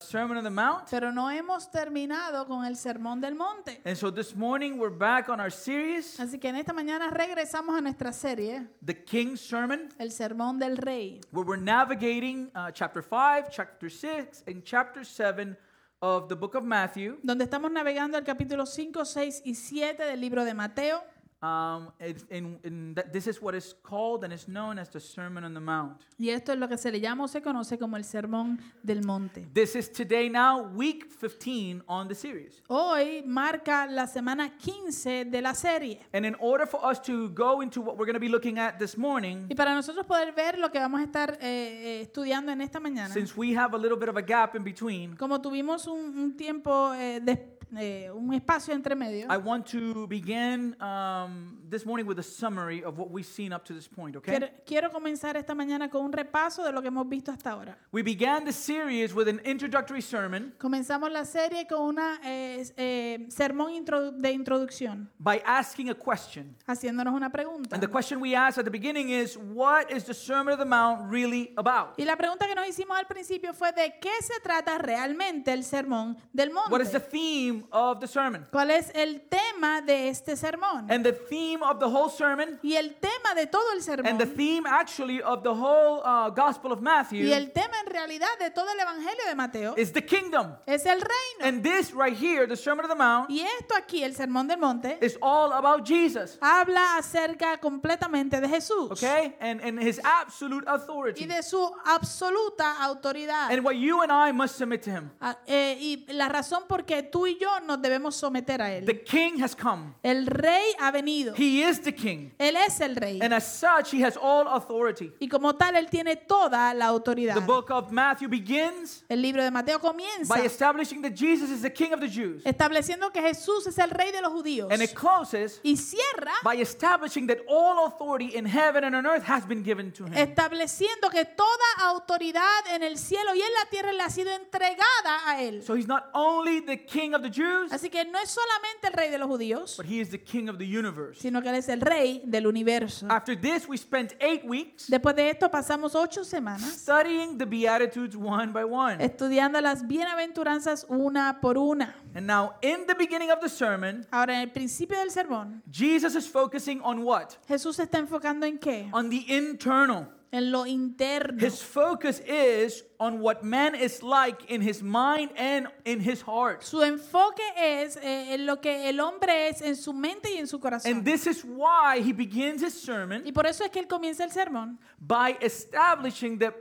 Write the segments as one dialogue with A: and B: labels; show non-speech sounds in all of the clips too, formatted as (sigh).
A: Sermon on the Mount.
B: Pero no hemos terminado con el Sermón del Monte.
A: And so this morning we're back on our series,
B: Así que en esta mañana regresamos a nuestra serie,
A: The King's Sermon,
B: el Sermón del Rey.
A: where we're navigating uh, chapter 5, chapter 6, and chapter 7 of the book of Matthew.
B: donde estamos navegando al capítulo 5, 6 y 7 del libro de Mateo.
A: Um, it's in, in that this is what is called and is known as the Sermon on the Mount.
B: Y esto es lo que se le llama o se conoce como el Sermón del Monte.
A: This is today now, week 15 on the series.
B: Hoy marca la semana 15 de la serie.
A: And in order for us to go into what we're going to be looking at this morning,
B: Y para nosotros poder ver lo que vamos a estar eh, eh, estudiando en esta mañana,
A: since we have a little bit of a gap in between,
B: como tuvimos un, un tiempo, eh, de- eh, un espacio entre medio,
A: I want to begin um, this morning with a summary of what we've seen up to this point, okay?
B: quiero, quiero comenzar esta mañana con un repaso de lo que hemos visto hasta ahora.
A: We began the series with an introductory sermon
B: Comenzamos la serie con un eh, sermón introdu- de introducción,
A: by asking a question.
B: haciéndonos una pregunta.
A: And the question we asked at the beginning is what is the Sermon on the Mount really about?
B: Y la pregunta que nos hicimos al principio fue de qué se trata realmente el sermón del monte.
A: What is the theme of the sermon?
B: ¿Cuál es el tema de este sermón?
A: And the theme of the whole sermon,
B: y el tema de todo el sermón.
A: and the theme actually of the whole uh, Gospel of
B: y
A: Matthew
B: el tema en realidad de todo el Evangelio de Mateo
A: is the kingdom.
B: es el reino.
A: And this right here, the Sermon on the Mount,
B: y esto aquí, el sermón del monte,
A: is all about Jesus,
B: habla acerca completamente de Jesús
A: okay? And, and his absolute
B: y
A: authority.
B: de su absoluta autoridad.
A: And what you and I must submit to him.
B: Ah, eh, y la razón por qué tú y yo nos debemos someter a él.
A: The king has come,
B: el rey ha venido.
A: he is the king.
B: él es el rey.
A: And as such, he has all authority.
B: Y como tal, él tiene toda la autoridad.
A: The book of Matthew begins
B: El libro de Mateo comienza
A: by establishing that Jesus is the king of the Jews,
B: estableciendo que Jesús es el rey de los judíos.
A: and it closes
B: Y cierra
A: by establishing that all authority in heaven and on earth has been given to him.
B: estableciendo que toda autoridad en el cielo y en la tierra le ha sido entregada a él.
A: So he's not only the king of the Jews,
B: Así que no es solamente el rey de los judíos,
A: but he is the king of the universe.
B: sino que él es el rey del universo.
A: After this, we spent eight weeks
B: Después de esto pasamos ocho semanas
A: studying the Beatitudes one by one.
B: estudiando las bienaventuranzas una por una.
A: And now, in the beginning of the sermon,
B: Ahora, en el principio del sermón,
A: Jesus is focusing on what?
B: Jesús se está enfocando en qué?
A: On the internal.
B: En lo interno.
A: His focus is on what man is like in his mind and in his heart.
B: Su enfoque es eh, en lo que el hombre es en su mente y en su corazón.
A: And this is why he begins his sermon
B: y por eso es que él comienza el sermón,
A: by establishing the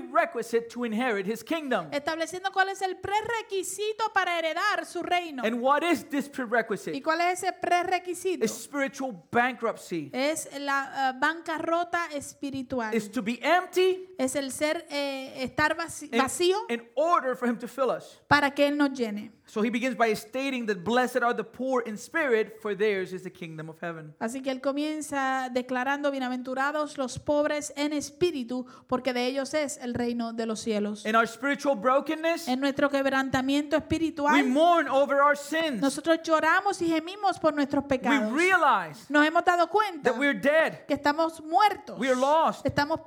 A: prerequisite to inherit his kingdom.
B: estableciendo cuál es el prerequisito para heredar su reino.
A: And what is this
B: ¿Y
A: prerequisite?
B: cuál es ese prerequisito?
A: Is spiritual bankruptcy.
B: es la ah, bancarrota espiritual.
A: Is to be empty
B: es el ser, eh, estar vaci-
A: in,
B: vacío
A: in order for him to fill us.
B: para que Él nos llene.
A: So he begins by stating that blessed are the poor in spirit, for theirs is the kingdom of heaven.
B: Así que él comienza declarando bienaventurados los pobres en espíritu, porque de ellos es el reino de los cielos.
A: In our spiritual brokenness,
B: En nuestro quebrantamiento
A: we
B: espiritual,
A: mourn over our sins.
B: nosotros lloramos y gemimos por nuestros
A: We
B: pecados.
A: realize
B: Nos hemos dado cuenta
A: that we're dead
B: que estamos muertos,
A: We are lost.
B: estamos
A: and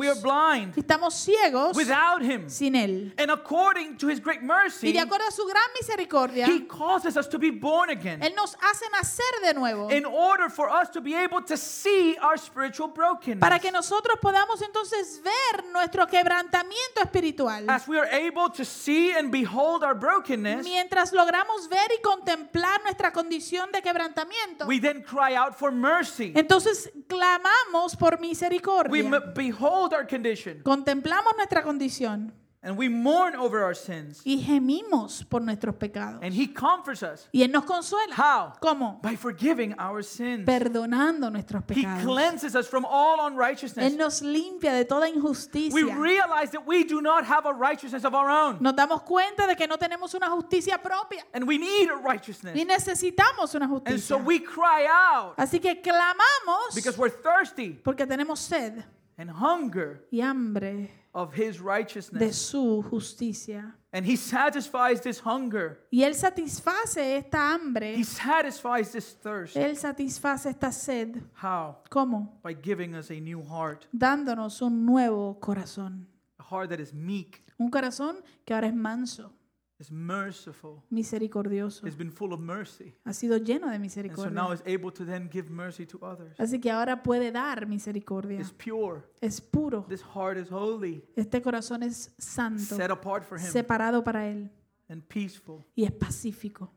A: we are
B: perdidos,
A: blind
B: estamos ciegos
A: without him.
B: sin Él.
A: And according to his great
B: Y
A: mercy,
B: de acuerdo a su gran misericordia,
A: he causes us to be born again
B: Él nos hace nacer de nuevo
A: in order for us to be able to see our spiritual
B: para
A: brokenness.
B: que nosotros podamos entonces ver nuestro quebrantamiento espiritual.
A: As we are able to see and behold our brokenness,
B: Mientras logramos ver y contemplar nuestra condición de quebrantamiento,
A: we then cry out for mercy.
B: entonces clamamos por
A: We
B: misericordia.
A: m- behold our condition
B: Contemplamos nuestra condición
A: and we mourn over our sins.
B: y gemimos por nuestros pecados.
A: And he comforts us.
B: Y Él nos consuela.
A: How?
B: ¿Cómo?
A: By forgiving our sins.
B: Perdonando nuestros
A: He
B: pecados.
A: cleanses us from all
B: Él
A: unrighteousness.
B: nos limpia de toda
A: We
B: injusticia.
A: realize that we do not have a righteousness of our own.
B: Nos damos cuenta de que no tenemos una justicia propia
A: And we need a
B: y
A: righteousness.
B: necesitamos una
A: And so
B: justicia.
A: we cry out
B: Así que
A: because
B: clamamos
A: we're thirsty
B: porque tenemos sed
A: and hunger
B: y hambre
A: of his
B: de
A: righteousness.
B: su justicia.
A: And he satisfies this hunger.
B: Y Él satisface esta hambre,
A: He satisfies this thirst.
B: Él satisface esta sed.
A: How?
B: ¿Cómo?
A: By giving us a new heart,
B: Dándonos un nuevo corazón,
A: a heart that is meek,
B: Un corazón que ahora es manso,
A: is merciful,
B: misericordioso.
A: has been full of mercy.
B: Ha sido lleno de
A: And so now
B: misericordia.
A: is able to then give mercy to others.
B: Así que ahora puede dar misericordia.
A: Is pure.
B: Es puro.
A: This heart is holy,
B: Este corazón es santo,
A: set apart for him,
B: separado para Él
A: and peaceful.
B: y es pacífico.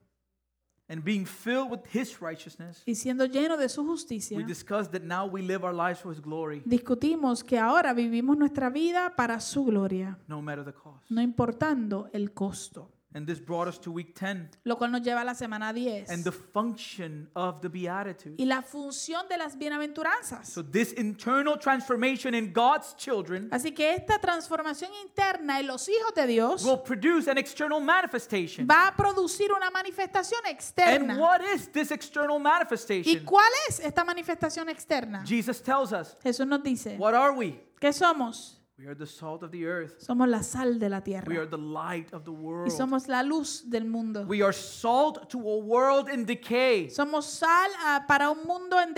A: And being filled with his righteousness,
B: Y siendo lleno de su
A: we
B: justicia,
A: discussed that now we live our lives for his glory,
B: discutimos que ahora vivimos nuestra vida para su gloria,
A: no matter the cost.
B: no importando el costo.
A: And this brought us to week 10
B: Lo cual nos lleva a la semana 10
A: and the function of the Beatitudes.
B: y la función de las bienaventuranzas.
A: So, this internal transformation in God's children
B: Así que esta transformación interna en los hijos de Dios
A: will produce an external manifestation.
B: va a producir una manifestación
A: And
B: externa.
A: what is this external
B: ¿Y
A: manifestation?
B: cuál es esta manifestación externa?
A: Jesus tells us,
B: Jesús nos dice,
A: What are we?
B: ¿qué somos?
A: We are the salt of the earth.
B: Somos la sal de la
A: We are
B: tierra
A: the light of the
B: y
A: world.
B: somos la luz del mundo.
A: We are salt to a world in decay.
B: Somos sal ah, para un mundo en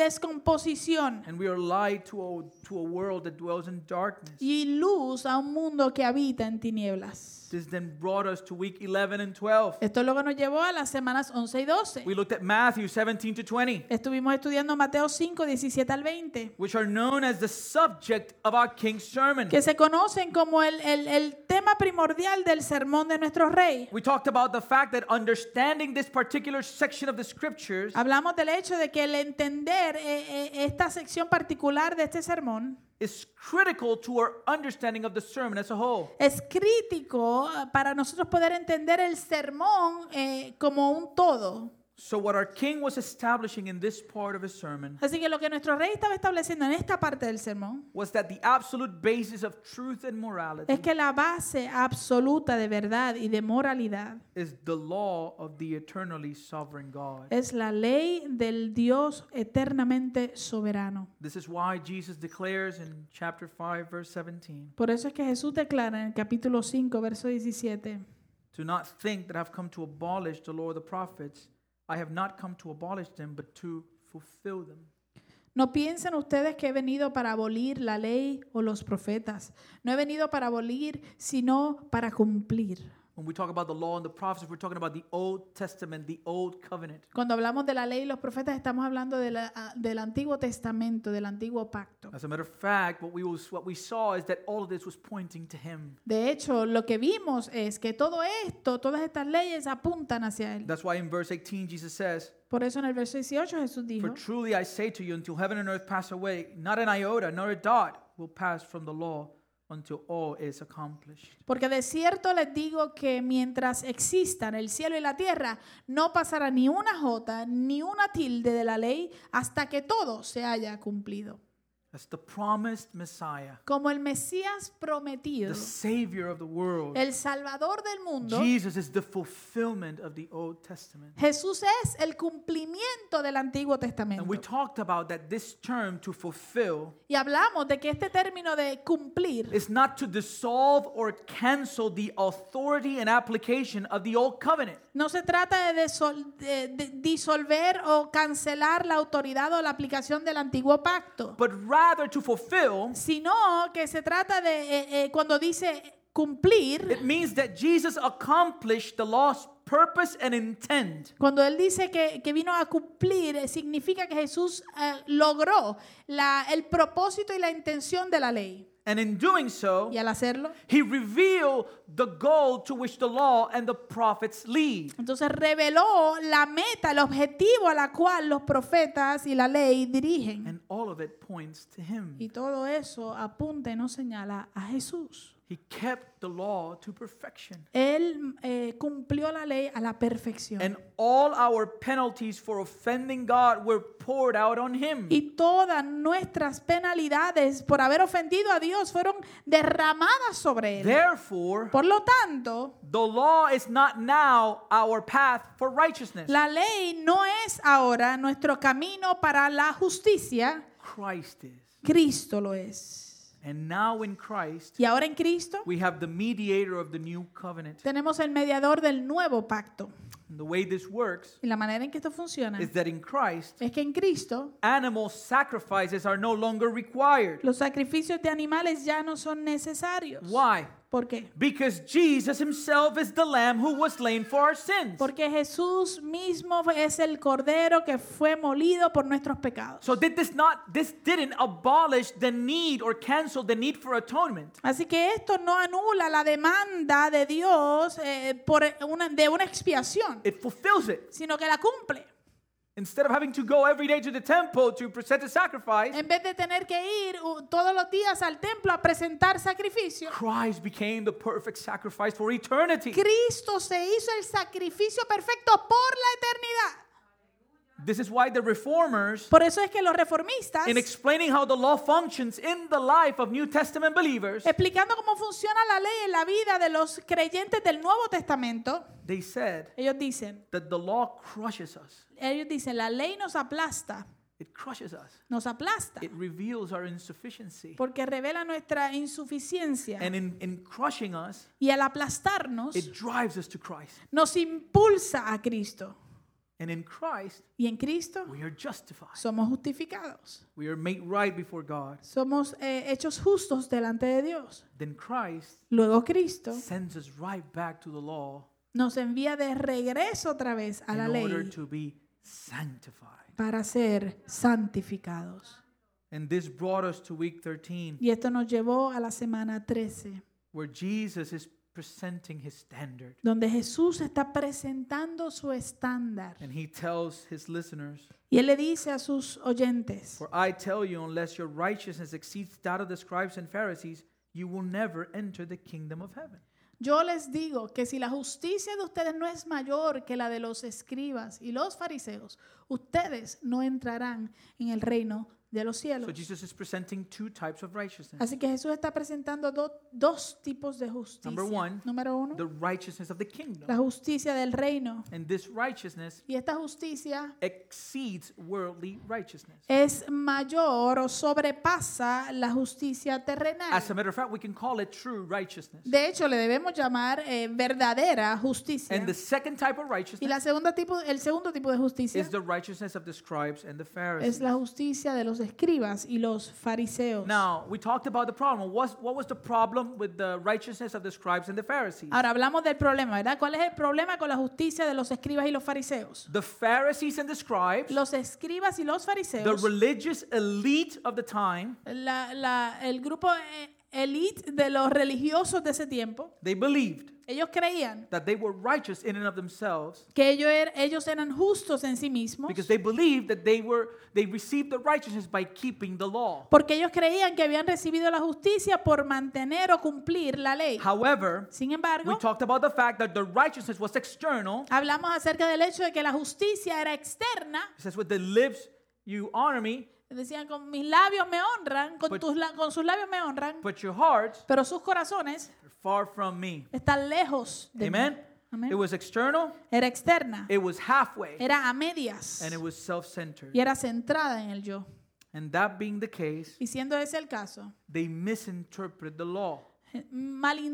B: descomposición
A: And we are light to a, to a world that dwells in darkness.
B: y luz a un mundo que habita en tinieblas.
A: This then brought us to week 11 and 12.
B: Esto luego nos llevó a las semanas 11 y 12.
A: We looked at Matthew 17 to 20,
B: Estuvimos estudiando Mateo 5, 17 al 20,
A: which are known as the subject of our King's sermon.
B: que se conocen como el, el- el tema primordial del sermón de nuestro rey.
A: We talked about the fact that understanding this particular section of the scriptures
B: Hablamos del hecho de que el entender eh, eh, esta sección particular de este sermón
A: is critical to our understanding of the sermon as a whole.
B: es crítico ah, para nosotros poder entender el sermón eh, como un todo.
A: So, what our king was establishing in this part of his sermon
B: Así que lo que nuestro rey estaba estableciendo en esta parte del sermón
A: was that the absolute basis of truth and
B: es
A: morality
B: que la base absoluta de verdad y de moralidad
A: is the law of the eternally sovereign God.
B: es la ley del Dios eternamente soberano.
A: This is why Jesus declares in chapter 5, verse 17
B: Por eso es que Jesús declara en el capítulo 5, verso 17,
A: Do not think that I've come to abolish the law of the prophets. I have not come to abolish them, but to fulfill them.
B: no piensen ustedes que he venido para abolir la ley o los profetas. No he venido para abolir, sino para cumplir.
A: When we talk about the law and the prophets, we're talking about the Old Testament, the Old Covenant.
B: Cuando hablamos de la ley y los profetas, estamos hablando de la- ah, del Antiguo Testamento, del Antiguo Pacto.
A: As a matter of fact, what we, was, what we saw is that all of this was pointing to Him.
B: De hecho, lo que vimos es que todo esto, todas estas leyes apuntan hacia Él.
A: That's why in verse 18, Jesus says,
B: Por eso en el verso 18 Jesús
A: For
B: dijo,
A: truly I say to you, until heaven and earth pass away, not an iota, nor a dot will pass from the law until all is accomplished.
B: porque de cierto les digo que mientras existan el cielo y la tierra, no pasará ni una jota, ni una tilde de la ley hasta que todo se haya cumplido.
A: That's the promised Messiah,
B: Como el Mesías prometido,
A: the Savior of the world.
B: el Salvador del mundo,
A: Jesus is the fulfillment of the Old Testament.
B: Jesús es el cumplimiento del Antiguo Testamento.
A: And we talked about that this term to fulfill
B: Y hablamos de que este término de cumplir
A: is not to dissolve or cancel the authority and application of the Old Covenant.
B: No se trata de, desol- de- de disolver o cancelar la autoridad o la aplicación del antiguo pacto,
A: But rather to fulfill,
B: sino que se trata de, eh, eh, cuando dice cumplir,
A: it means that Jesus accomplished the law's purpose and intent.
B: cuando él dice que, que vino a cumplir, eh, significa que Jesús eh, logró la- el propósito y la intención de la ley.
A: And in doing so,
B: Y al hacerlo,
A: he revealed the goal to which the law and the prophets lead.
B: entonces reveló la meta, el objetivo a la cual los profetas y la ley dirigen.
A: And all of it points to him.
B: Y todo eso apunta y nos señala a Jesús.
A: He kept the law to perfection.
B: Él eh, cumplió la ley a la perfección.
A: And all our penalties for offending God were poured out on him.
B: y todas nuestras penalidades por haber ofendido a Dios fueron derramadas sobre él.
A: Therefore,
B: por lo tanto,
A: the law is not now our path for righteousness.
B: la ley no es ahora nuestro camino para la justicia,
A: Christ is.
B: Cristo lo es.
A: And now in Christ,
B: Y ahora en Cristo
A: we have the mediator of the new covenant.
B: tenemos el mediador del nuevo pacto.
A: And the way this works
B: Y la manera en que esto funciona
A: is that in Christ,
B: es que en Cristo
A: animal sacrifices are no longer required.
B: los sacrificios de animales ya no son necesarios.
A: Why?
B: ¿Por qué?
A: Because Jesus himself is the lamb who was slain for our sins.
B: Porque Jesús mismo es el cordero que fue molido por nuestros pecados.
A: So did this not this didn't abolish the need or cancel the need for atonement.
B: Así que esto no anula la demanda de Dios eh, por una- de una expiación,
A: It fulfills it.
B: sino que la cumple.
A: Instead of having to go every day to the temple to present a sacrifice,
B: En vez de tener que ir uh, todos los días al templo a presentar sacrificio,
A: Christ became the perfect sacrifice for eternity.
B: Cristo se hizo el sacrificio perfecto por la eternidad.
A: This is why the reformers
B: Por eso es que los reformistas,
A: in explaining how the law functions in the life of New Testament believers,
B: explicando cómo funciona la ley en la vida de los creyentes del Nuevo Testamento,
A: they said
B: ellos dicen,
A: that the law crushes us.
B: ellos dicen, la ley nos aplasta,
A: It crushes us.
B: nos aplasta,
A: It reveals our insufficiency.
B: porque revela nuestra insuficiencia.
A: And in, in crushing us,
B: Y al aplastarnos,
A: it drives us to Christ.
B: nos impulsa a Cristo.
A: And in Christ,
B: Y en Cristo
A: we are justified.
B: somos justificados.
A: We are made right before God.
B: Somos eh, hechos justos delante de Dios.
A: Then Christ
B: Luego Cristo
A: sends us right back to the law
B: nos envía de regreso otra vez a la
A: in order
B: ley
A: to be sanctified.
B: para ser santificados.
A: And this brought us to week 13,
B: Y esto nos llevó a la semana 13,
A: where Jesus is presenting his standard.
B: donde Jesús está presentando su estándar.
A: And he tells his listeners,
B: Y él le dice a sus oyentes,
A: For I tell you, unless your righteousness exceeds that of the scribes and Pharisees, you will never enter the kingdom of heaven.
B: yo les digo que si la justicia de ustedes no es mayor que la de los escribas y los fariseos, ustedes no entrarán en el reino de los
A: So
B: cielos.
A: Jesus is presenting two types of righteousness
B: Así que Jesús está presentando do- dos tipos de justicia.
A: Number one,
B: Número uno,
A: the righteousness of the
B: la
A: kingdom.
B: justicia del reino.
A: And this righteousness
B: Y esta justicia
A: exceeds worldly righteousness.
B: es mayor o sobrepasa la justicia terrenal.
A: As a matter of fact, we can call it true righteousness.
B: De hecho, le debemos llamar eh, verdadera justicia.
A: And the second type of
B: Y
A: righteousness
B: la segunda tipo, el segundo tipo de justicia
A: is the righteousness of the scribes and the
B: es
A: Pharisees.
B: la justicia de los escribas y los fariseos.
A: Now, we talked about the problem. What's, what was the problem with the righteousness of the scribes and the Pharisees?
B: Ahora hablamos del problema, ¿verdad? ¿Cuál es el problema con la justicia de los escribas y los fariseos?
A: The Pharisees and the scribes,
B: Los escribas y los
A: the
B: fariseos,
A: religious elite of the time,
B: la- la- el grupo eh, elite de los religiosos de ese tiempo,
A: they believed
B: ellos creían
A: that they were righteous in and of themselves
B: que ellos, er- ellos eran justos en sí mismos
A: because they believed that they were they received the righteousness by keeping the law.
B: porque ellos creían que habían recibido la justicia por mantener o cumplir la ley.
A: However,
B: Sin
A: we
B: embargo,
A: talked about the fact that the righteousness was external.
B: hablamos acerca del hecho de que la justicia era externa.
A: It says, with the lips you honor me,
B: Decían, con mis labios me honran, con,
A: But-
B: tus la- con sus labios me honran,
A: but your hearts
B: pero sus corazones
A: are far from me.
B: están lejos de mí".
A: Amen?
B: Amén.
A: It was external,
B: Era externa,
A: it was halfway,
B: era a medias
A: and it was self
B: y
A: centered.
B: era centrada en el yo.
A: And that being the case,
B: Y siendo ese el caso,
A: they misinterpret the law
B: eh,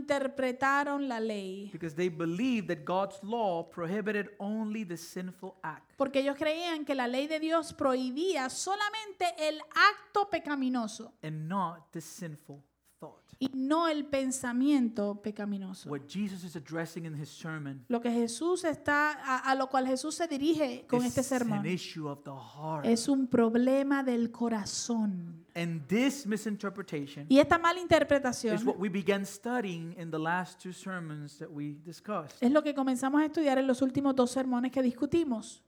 B: malinterpretaron la ley
A: because they believed that God's law prohibited only the sinful act.
B: porque ellos creían que la ley de Dios prohibía solamente el acto pecaminoso
A: and not the sinful thought.
B: y no el pensamiento pecaminoso.
A: What Jesus is addressing in his sermon
B: Lo que Jesús está a, a lo cual Jesús se dirige con este
A: is an
B: sermón
A: issue of the heart.
B: es un problema del corazón.
A: And this misinterpretation
B: Y esta
A: is what
B: malinterpretación
A: we began studying in the last two sermons that we discussed.
B: es lo que comenzamos a estudiar en los últimos dos sermones que discutimos.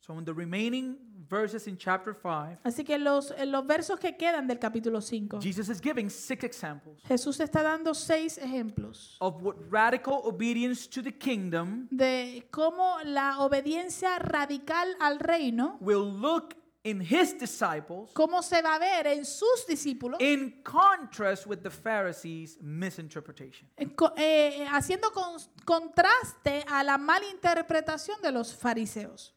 A: So, in the remaining verses in chapter 5,
B: Así que los, en los versos que quedan del capítulo 5,
A: Jesus is giving six examples
B: Jesús está dando seis ejemplos
A: of what radical obedience to the kingdom
B: de cómo la obediencia radical al reino,
A: will look in his disciples
B: cómo se va a ver en sus discípulos,
A: in contrast with the Pharisees' misinterpretation.
B: eh, co- eh, eh, haciendo con- contraste a la mala interpretación de los fariseos.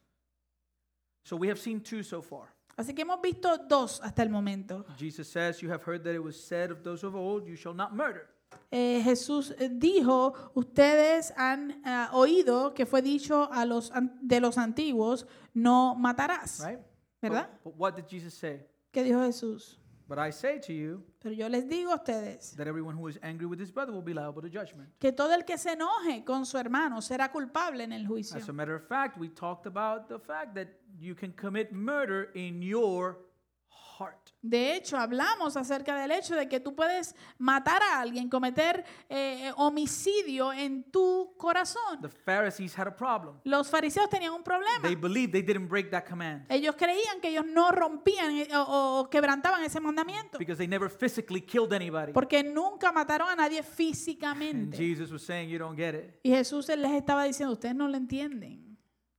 A: So, we have seen two so far.
B: Así que hemos visto dos hasta el momento.
A: Jesus says, You have heard that it was said of those of old, You shall not murder.
B: Eh, Jesús eh, dijo, ustedes han ah, oído que fue dicho a los an- de los antiguos, no matarás.
A: Right? Oh.
B: ¿Verdad?
A: But, but what did Jesus say?
B: ¿Qué dijo Jesús?
A: But I say to you
B: Pero yo les digo a ustedes
A: that everyone who is angry with his brother will be liable to judgment.
B: que todo el que se enoje con su hermano será culpable en el juicio.
A: As a matter of fact, we talked about the fact that you can commit murder in your heart.
B: De hecho, hablamos acerca del hecho de que tú puedes matar a alguien, cometer eh, eh, homicidio en tu corazón.
A: The Pharisees had a problem.
B: Los fariseos tenían un problema.
A: They believed they didn't break that command
B: Ellos creían que ellos no rompían eh, o- o, o quebrantaban ese mandamiento
A: because they never physically killed anybody.
B: porque nunca mataron a nadie
A: And
B: físicamente.
A: Jesus was saying, You don't get it.
B: Y Jesús les estaba diciendo, ustedes no lo entienden.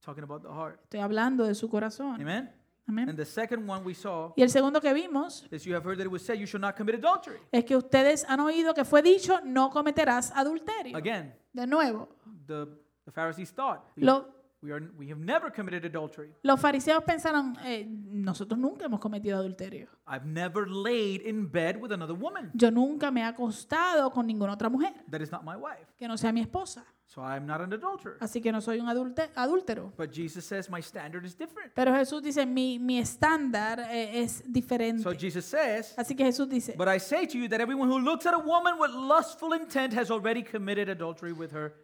A: Talking about the heart.
B: Estoy hablando de su corazón.
A: Amen?
B: Amén.
A: And the second one we saw
B: Y el segundo que vimos
A: is you have heard that it was said, You shall not commit adultery.
B: es que ustedes han oído que fue dicho, no cometerás adulterio.
A: Again,
B: De nuevo,
A: the, the Pharisees thought, we,
B: lo,
A: we, are, we have never committed adultery.
B: Los fariseos pensaron, eh, nosotros nunca hemos cometido adulterio.
A: I've never laid in bed with another woman
B: Yo nunca me he acostado con ninguna otra mujer
A: that is not my wife.
B: que no sea mi esposa.
A: So I'm not an adulterer.
B: Así que no soy un adulte- adúltero.
A: But Jesus says, My standard is different.
B: Pero Jesús dice, mi, mi estándar eh, es
A: So
B: diferente.
A: Jesus says,
B: Así que Jesús dice,
A: But I say to you that everyone who looks at a woman with lustful intent has already committed adultery with her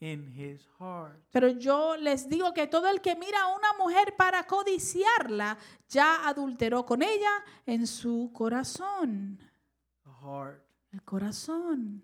A: in his heart.
B: pero yo les digo que todo el que mira a una mujer para codiciarla, ya adulteró con ella en su corazón.
A: The heart.
B: El corazón.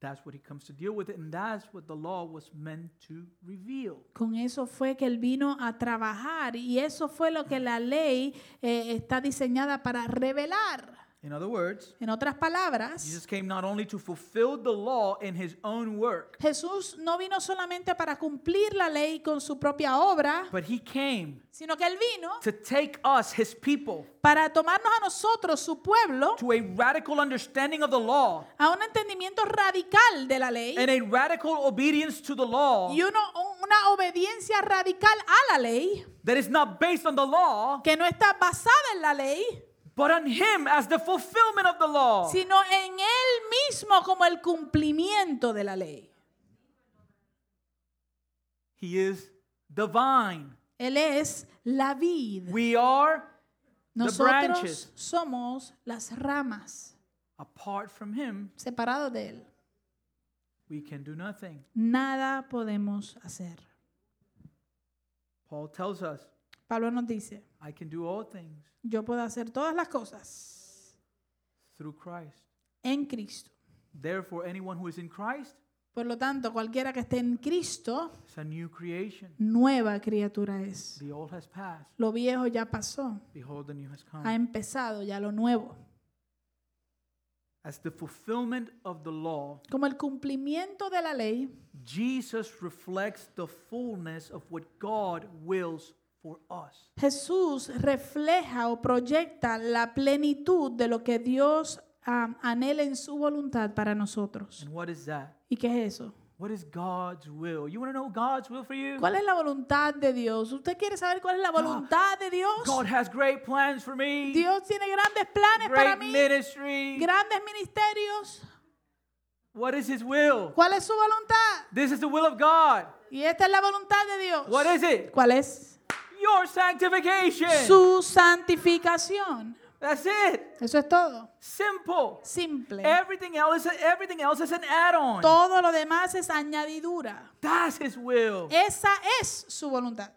A: That's what he comes to deal with, and that's what the law was meant to reveal.
B: Con eso fue que él vino a trabajar y eso fue lo que la ley eh, está diseñada para revelar.
A: In other words,
B: En otras palabras,
A: Jesus came not only to fulfill the law in his own work,
B: Jesús no vino solamente para cumplir la ley con su propia obra,
A: but he came
B: sino que él vino
A: to take us, his people,
B: para tomarnos a nosotros, su pueblo,
A: to a radical understanding of the law
B: a un entendimiento radical de la ley
A: and a radical obedience to the law
B: y uno- un- una obediencia radical a la ley
A: that is not based on the law,
B: que no está basada en la ley,
A: but on him as the fulfillment of the law.
B: sino en él mismo como el cumplimiento de la ley.
A: He is divine.
B: Él es la vid.
A: We are branches.
B: Nosotros somos las ramas,
A: apart from him,
B: separados de él.
A: we can do nothing.
B: Nada podemos hacer.
A: Paul tells us,
B: Pablo nos dice,
A: I can do all things
B: yo puedo hacer todas las cosas
A: through Christ.
B: en Cristo.
A: Therefore, anyone who is in Christ
B: Por lo tanto, cualquiera que esté en Cristo,
A: is a new creation.
B: nueva criatura es.
A: The old has passed.
B: Lo viejo ya pasó,
A: Behold, the new has
B: ha
A: come.
B: empezado ya lo nuevo.
A: As the fulfillment of the law,
B: Como el cumplimiento de la ley,
A: Jesus reflects the fullness of what God wills for us.
B: Jesús refleja o proyecta la plenitud de lo que Dios ah, anhela en su voluntad para nosotros.
A: And what is that?
B: ¿Y qué es eso?
A: What is God's will? You want to know God's will for you?
B: ¿Cuál es la voluntad de Dios? ¿Usted quiere saber cuál es la voluntad de Dios?
A: God has great plans for me.
B: Dios tiene grandes planes para
A: Great
B: mí,
A: ministry.
B: grandes ministerios.
A: What is his will?
B: ¿Cuál es su voluntad?
A: This is the will of God.
B: Y esta es la voluntad de Dios.
A: What is it?
B: ¿Cuál es?
A: Your sanctification.
B: Su santificación.
A: That's it.
B: Eso es todo.
A: Simple.
B: Simple.
A: Everything else, everything else is an add-on.
B: Todo lo demás es añadidura.
A: That's his will.
B: Esa es su voluntad.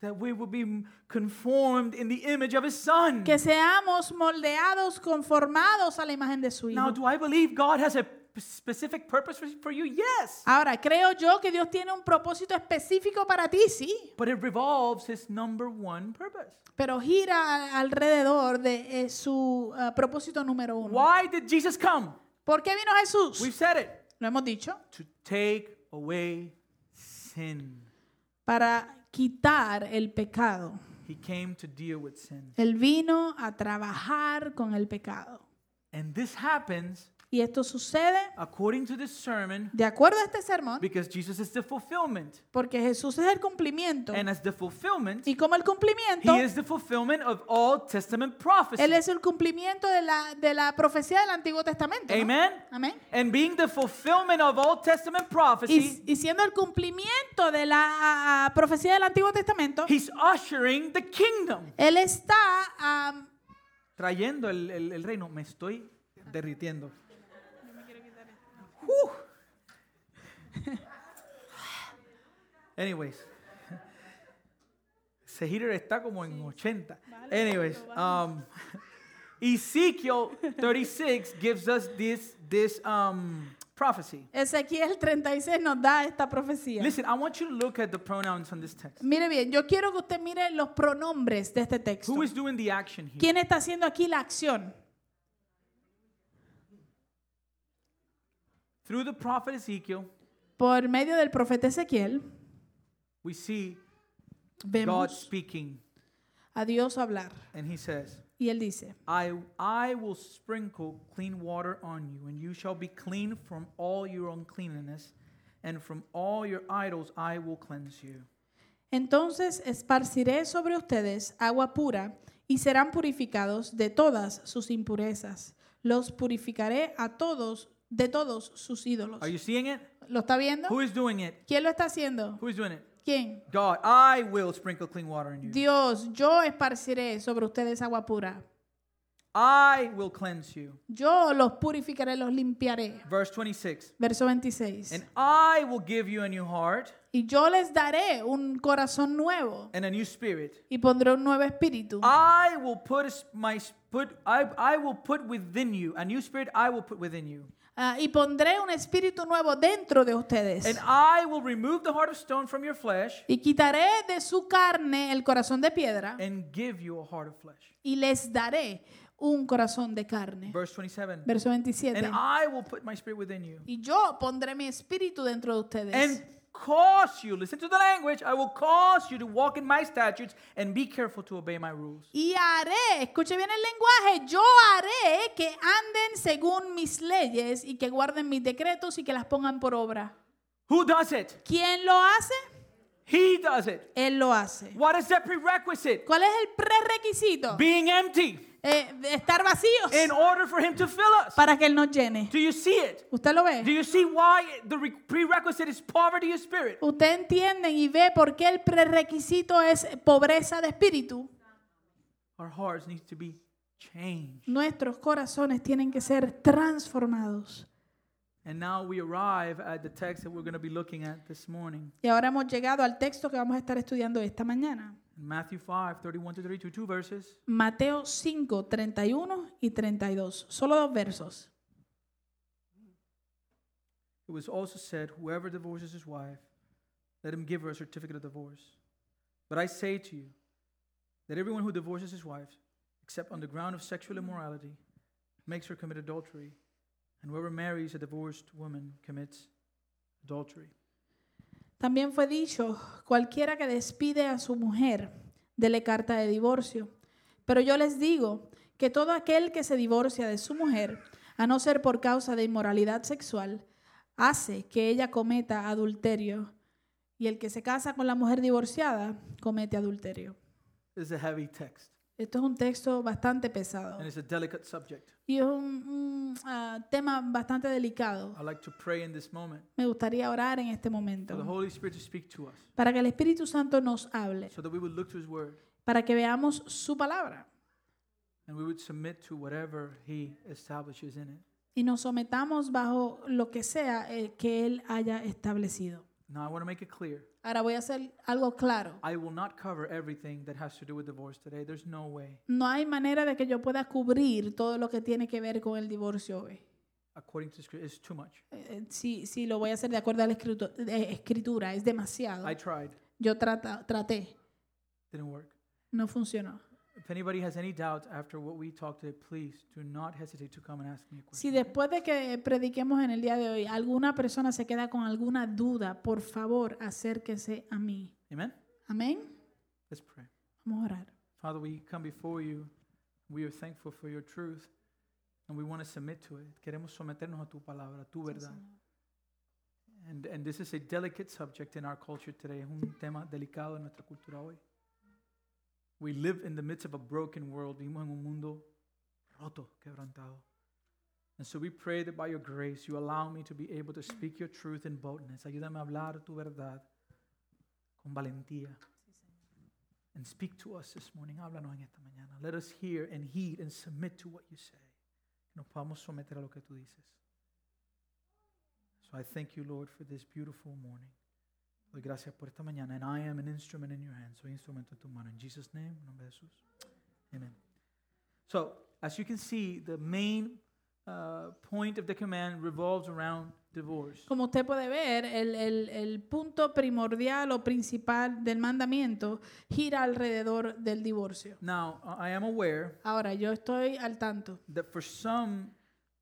A: That we will be conformed in the image of his son.
B: Que seamos moldeados, conformados a la imagen de su
A: Now,
B: Hijo.
A: do I believe God has a p- specific purpose for, for you? Yes.
B: Ahora, creo yo que Dios tiene un propósito específico para ti, sí.
A: But it revolves his number one purpose.
B: pero gira a- alrededor de eh, su ah, propósito número uno.
A: Why did Jesus come?
B: ¿Por qué vino Jesús?
A: We've said it.
B: Lo hemos dicho.
A: To take away sin.
B: Para quitar el pecado.
A: He came to deal with sin.
B: Él vino a trabajar con el pecado.
A: And this happens
B: Y esto sucede
A: according to this sermon
B: de acuerdo a este sermón,
A: because Jesus is the fulfillment.
B: porque Jesús es el cumplimiento.
A: And as the fulfillment,
B: Y como el cumplimiento,
A: he is the fulfillment of all Testament prophecy.
B: Él es el cumplimiento de la, de la profecía del Antiguo Testamento. ¿no?
A: Amen.
B: Amén.
A: And being the fulfillment of all Testament prophecy,
B: Y, y siendo el cumplimiento de la ah, ah, profecía del Antiguo Testamento,
A: he's ushering the kingdom.
B: Él está ah,
A: Trayendo el, el- el reino. Me estoy derritiendo. Whew. Anyways. Ese heater está como en 80. Anyways. Um, Ezekiel 36 gives us this, this um, prophecy.
B: Ezequiel 36 nos da esta profecía.
A: Listen, I want you to look at the pronouns on this text.
B: Mire bien, yo quiero que usted mire los pronombres de este texto.
A: Who is doing the action here?
B: ¿Quién está haciendo aquí la acción?
A: Through the prophet Ezekiel,
B: Por medio del profeta Ezequiel
A: we see God
B: vemos
A: speaking,
B: a Dios hablar
A: and he says,
B: y él dice,
A: I, I will sprinkle clean water on you, and you shall be clean from all your uncleanness, and from all your idols I will cleanse you.
B: entonces esparciré sobre ustedes agua pura y serán purificados de todas sus impurezas. Los purificaré a todos de todos sus ídolos.
A: Are you seeing it?
B: ¿Lo está viendo?
A: Who is doing it?
B: ¿Quién lo está haciendo?
A: Who is doing it?
B: ¿Quién?
A: God, I will sprinkle clean water on you.
B: Dios, yo esparciré sobre ustedes agua pura.
A: I will cleanse you.
B: Yo los purificaré, los limpiaré.
A: Verse 26.
B: Verso 26.
A: And I will give you a new heart
B: y yo les daré un corazón nuevo
A: and a new spirit.
B: y pondré un nuevo espíritu.
A: I will put s- my s- put I, I will put within you a new spirit I will put within you.
B: Ah, y pondré un espíritu nuevo dentro de ustedes.
A: And I will remove the heart of stone from your flesh
B: y quitaré de su carne el corazón de piedra
A: and give you a heart of flesh.
B: y les daré un corazón de carne.
A: Verse 27.
B: Verso
A: And
B: 27.
A: I will put my spirit within you
B: Y yo pondré mi espíritu dentro de ustedes.
A: and cause you listen to the language I will cause you to walk in my statutes and be careful to obey my rules.
B: Y haré, escuche bien el lenguaje, yo haré que anden según mis leyes y que guarden mis decretos y que las pongan por obra.
A: Who does it?
B: ¿Quién lo hace?
A: He does it.
B: Él lo hace.
A: What is that prerequisite?
B: ¿Cuál es el prerequisito?
A: Being empty
B: Eh, de estar vacíos
A: in order for him to fill us.
B: para que Él nos llene.
A: Do you see it?
B: ¿Usted lo
A: Do
B: ve?
A: you see why the re- prerequisite is poverty of spirit?
B: ¿Usted entiende y ve por qué el prerequisito es pobreza de espíritu?
A: Our hearts need to be changed.
B: Nuestros corazones tienen que ser transformados.
A: And now we arrive at the text that we're going to be looking at this morning.
B: Y ahora hemos llegado al texto que vamos a estar estudiando esta mañana.
A: Matthew 5, 31 to 32, two verses.
B: Mateo 5, 31 y 32. Solo dos versos.
A: It was also said, Whoever divorces his wife, let him give her a certificate of divorce. But I say to you that everyone who divorces his wife, except on the ground of sexual immorality, makes her commit adultery. And whoever marries a divorced woman commits adultery.
B: También fue dicho, cualquiera que despide a su mujer, dele carta de divorcio. Pero yo les digo que todo aquel que se divorcia de su mujer, a no ser por causa de inmoralidad sexual, hace que ella cometa adulterio. Y el que se casa con la mujer divorciada, comete adulterio.
A: This is a heavy text,
B: Esto es un texto bastante pesado
A: and it's a delicate subject.
B: y es un, un, ah, tema bastante delicado.
A: I'd like to pray in this moment
B: Me gustaría orar en este
A: for the
B: momento
A: Holy Spirit to speak to us
B: para que el Espíritu Santo nos hable,
A: so that we would look to His Word
B: para que veamos su palabra
A: and we would submit to whatever He establishes in it.
B: y nos sometamos bajo lo que sea eh, que Él haya establecido.
A: Now, I want to make it clear
B: Ahora voy a hacer algo claro.
A: I will not cover everything that has to do with divorce today. There's no way,
B: No hay manera de que yo pueda cubrir todo lo que tiene que ver con el divorcio hoy.
A: according to Scripture. It's too much.
B: Eh, Si, si lo voy a hacer de acuerdo a la escritu- eh, escritura, es demasiado.
A: I tried,
B: Yo trata- traté,
A: didn't work.
B: no funcionó.
A: If anybody has any doubts after what we talked today, please do not hesitate to come and ask me a
B: Si
A: question.
B: después de que prediquemos en el día de hoy alguna persona se queda con alguna duda, por favor acérquese a mí.
A: Amen?
B: Amén.
A: Let's pray.
B: Vamos a orar.
A: Father, we come before you. We are thankful for your truth. And we want to submit to it. Queremos someternos a tu palabra, a tu
B: Sí,
A: verdad.
B: Señor.
A: And, and this is a delicate subject in our culture today. Es un tema delicado en nuestra cultura hoy. We live in the midst of a broken world. Vivimos en un mundo roto, quebrantado. And so we pray that by your grace you allow me to be able to speak your truth in boldness. Ayúdame a hablar tu verdad con valentía.
B: Sí, Señor.
A: And speak to us this morning. Háblanos en esta mañana. Let us hear and heed and submit to what you say. Que nos podamos someter a lo que tú dices. So I thank you, Lord, for this beautiful morning. Doy gracias por esta mañana. And I am an instrument in your hand. Soy instrumento en tu mano. In Jesus' name, en nombre de Jesús. Amen. So, as you can see, the main uh, point of the command revolves around divorce.
B: Como usted puede ver, el, el- el punto primordial o principal del mandamiento gira alrededor del divorcio.
A: Now, I am aware
B: Ahora, yo estoy al tanto
A: that for some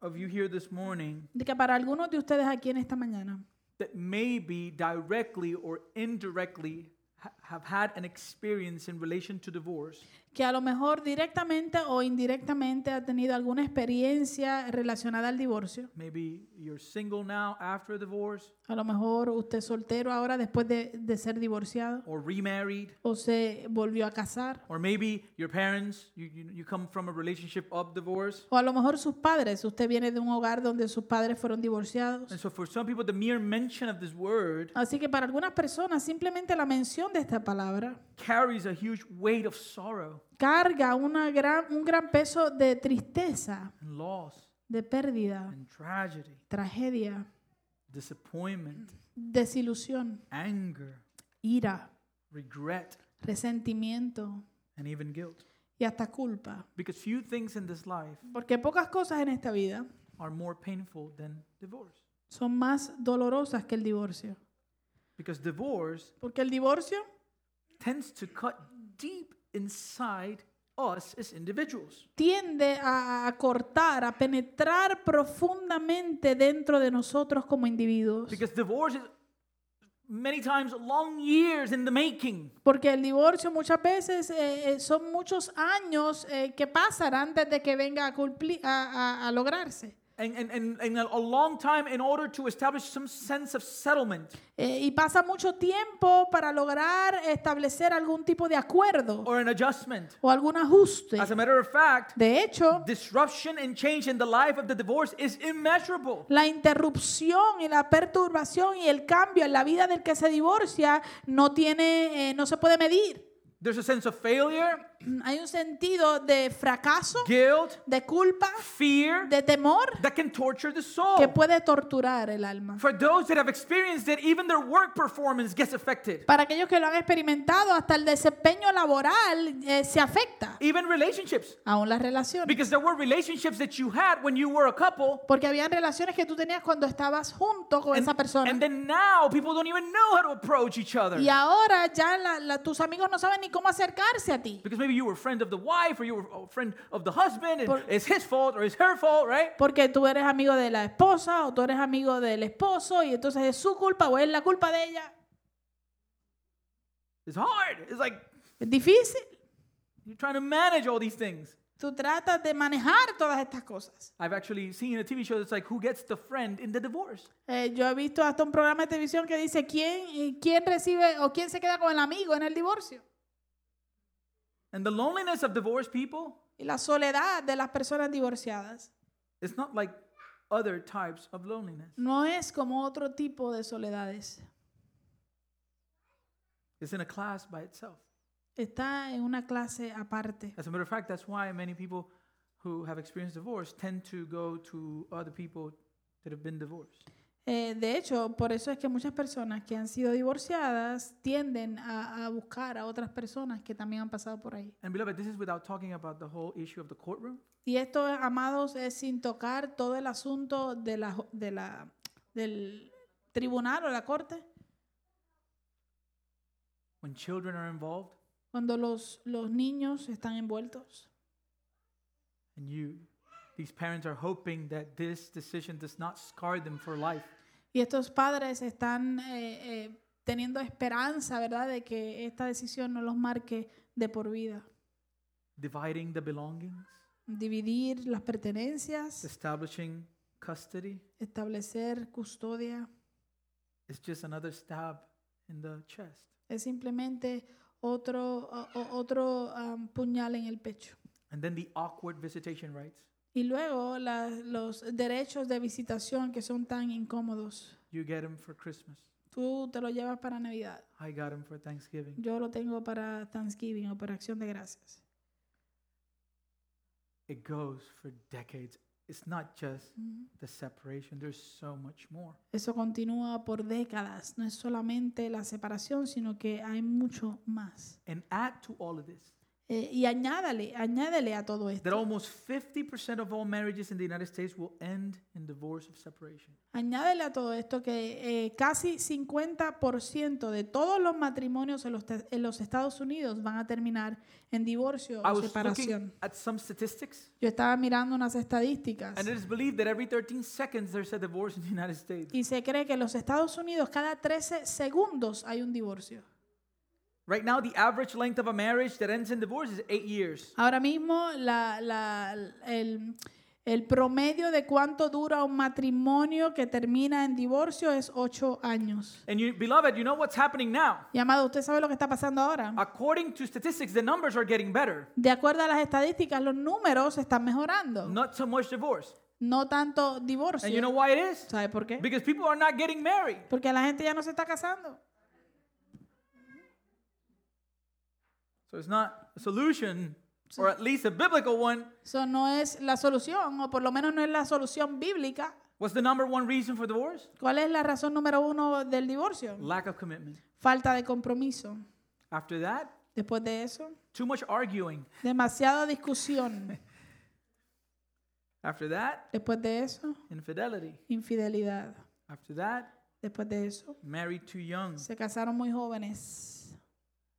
A: of you here this morning,
B: de que para algunos de ustedes aquí en esta mañana,
A: that maybe directly or indirectly ha- have had an experience in relation to divorce.
B: que a lo mejor directamente o indirectamente ha tenido alguna experiencia relacionada al divorcio.
A: Maybe you're single now after a divorce
B: A lo mejor usted es soltero ahora después de, de ser divorciado
A: or remarried,
B: o se volvió a casar.
A: or maybe your parents, you, you, you come from a relationship of divorce.
B: O a lo mejor sus padres, usted viene de un hogar donde sus padres fueron divorciados.
A: And so, for some people, the mere mention of this word
B: Así que para algunas personas simplemente la mención de esta palabra
A: carries a huge weight of sorrow
B: carga una gran, un gran peso de tristeza,
A: and loss
B: de pérdida,
A: and tragedy,
B: tragedia,
A: disappointment,
B: desilusión,
A: anger,
B: ira,
A: regret,
B: resentimiento
A: and even guilt.
B: y hasta culpa.
A: Because few things in this life
B: Porque pocas cosas en esta vida
A: are more painful than divorce.
B: son más dolorosas que el divorcio.
A: Because divorce
B: Porque el divorcio
A: tends to cut deep inside us as individuals.
B: tiende a, a cortar, a penetrar profundamente dentro de nosotros como individuos.
A: Because divorce is many times long years in the making.
B: Porque el divorcio muchas veces eh, eh, son muchos años eh, que pasan antes de que venga a, cumpli- a- a- a lograrse.
A: And, and, and, and a long time in order to establish some sense of settlement
B: Eh, y pasa mucho tiempo para lograr establecer algún tipo de acuerdo
A: or an adjustment.
B: o algún ajuste.
A: As a matter of fact,
B: De hecho,
A: disruption and change in the life of the divorce is immeasurable.
B: la interrupción y la perturbación y el cambio en la vida del que se divorcia no tiene, eh, no se puede medir. (clears throat)
A: There's a sense of failure,
B: Hay un sentido de fracaso,
A: guilt,
B: de culpa,
A: fear
B: de temor
A: that can torture the
B: que
A: soul.
B: puede torturar el alma.
A: For those that have experienced it, even their work performance gets affected.
B: Para aquellos que lo han experimentado, hasta el desempeño laboral eh, se afecta,
A: Even relationships.
B: aún las relaciones.
A: Because there were relationships that you had when you were a couple.
B: Porque habían relaciones que tú tenías cuando estabas junto con
A: And,
B: esa persona.
A: and then now people don't even know how to approach each other.
B: y ahora ya la- la- tus amigos no saben ni cómo acercarse a ti.
A: Because maybe you were a friend of the wife or you were a friend of the husband and
B: Por-
A: it's his fault or it's her fault, right?
B: Porque tú eres amigo de la esposa o tú eres amigo del esposo y entonces es su culpa o es la culpa de ella.
A: It's hard. It's like
B: Es difícil.
A: you're trying to manage all these things.
B: Tú tratas de manejar todas estas cosas.
A: I've actually seen a TV show that's like who gets the friend in the divorce.
B: Eh, yo he visto hasta un programa de televisión que dice quién, y quién recibe o quién se queda con el amigo en el divorcio.
A: And the loneliness of divorced people
B: y la soledad de las personas divorciadas
A: is not like other types of loneliness.
B: no es como otro tipo de soledades.
A: It's in a class by itself.
B: Está en una clase aparte.
A: As a matter of fact, that's why many people who have experienced divorce tend to go to other people that have been divorced.
B: Eh, de hecho, por eso es que muchas personas que han sido divorciadas tienden a, a buscar a otras personas que también han pasado por ahí.
A: And beloved, this is without talking about the whole issue of the courtroom,
B: Y esto, amados, es sin tocar todo el asunto de la, ju- de la, del tribunal o la corte,
A: when children are involved
B: cuando los, los niños están envueltos.
A: and you these parents are hoping that this decision does not scar them for life.
B: Y estos padres están eh, eh, teniendo esperanza, ¿verdad?, de que esta decisión no los marque de por vida,
A: Dividing the belongings,
B: dividir las pertenencias,
A: establishing custody
B: establecer custodia.
A: is just another stab in the chest.
B: Es simplemente otro, o- o- otro am, puñal en el pecho.
A: And then the awkward visitation rights.
B: Y luego la- los derechos de visitación que son tan incómodos.
A: You get them for Christmas.
B: Tú te lo llevas para Navidad.
A: I got them for Thanksgiving.
B: Yo lo tengo para Thanksgiving o para Acción de Gracias.
A: It goes for decades. It's not just
B: Ujú.
A: the separation, there's so much more.
B: Eso continúa por décadas. No es solamente la separación, sino que hay mucho más.
A: And add to all of this
B: Eh, y añádale, añádele a todo
A: that
B: esto.
A: almost 50% of all marriages in the United States will end in divorce of separation.
B: Añádele a todo esto que eh, casi 50% de todos los matrimonios en los, te- en los Estados Unidos van a terminar en divorcio
A: I
B: o
A: was looking
B: separación.
A: at some statistics,
B: Yo estaba mirando unas estadísticas
A: and it is believed that every 13 seconds there's a divorce in the United States.
B: y se cree que en los Estados Unidos cada 13 segundos hay un divorcio.
A: Right now, the average length of a marriage that ends in divorce is eight years.
B: Ahora mismo la- la- el, el promedio de cuánto dura un matrimonio que termina en divorcio es 8 años.
A: And you, beloved, you know what's happening now.
B: Y amado, ¿usted sabe lo que está pasando ahora?
A: Ah. According to statistics, the numbers are getting better.
B: De acuerdo a las estadísticas, los números están mejorando.
A: Not so much divorce.
B: No tanto
A: And you know
B: divorcio.
A: why it is?
B: ¿Sabe por qué?
A: Because people are not getting married.
B: Porque la gente ya no se está casando.
A: So it's not a solution, or at least a biblical one.
B: Eso no es la solución, o por lo menos no es la solución bíblica.
A: What's the number one reason for divorce?
B: ¿Cuál es la razón número uno del divorcio?
A: Lack of commitment.
B: Falta de compromiso.
A: After that,
B: Después de eso,
A: too much arguing.
B: demasiada
A: (laughs)
B: discusión.
A: After that,
B: Después de eso,
A: infidelity.
B: infidelidad.
A: After that,
B: Después de eso,
A: married too young.
B: se casaron muy jóvenes.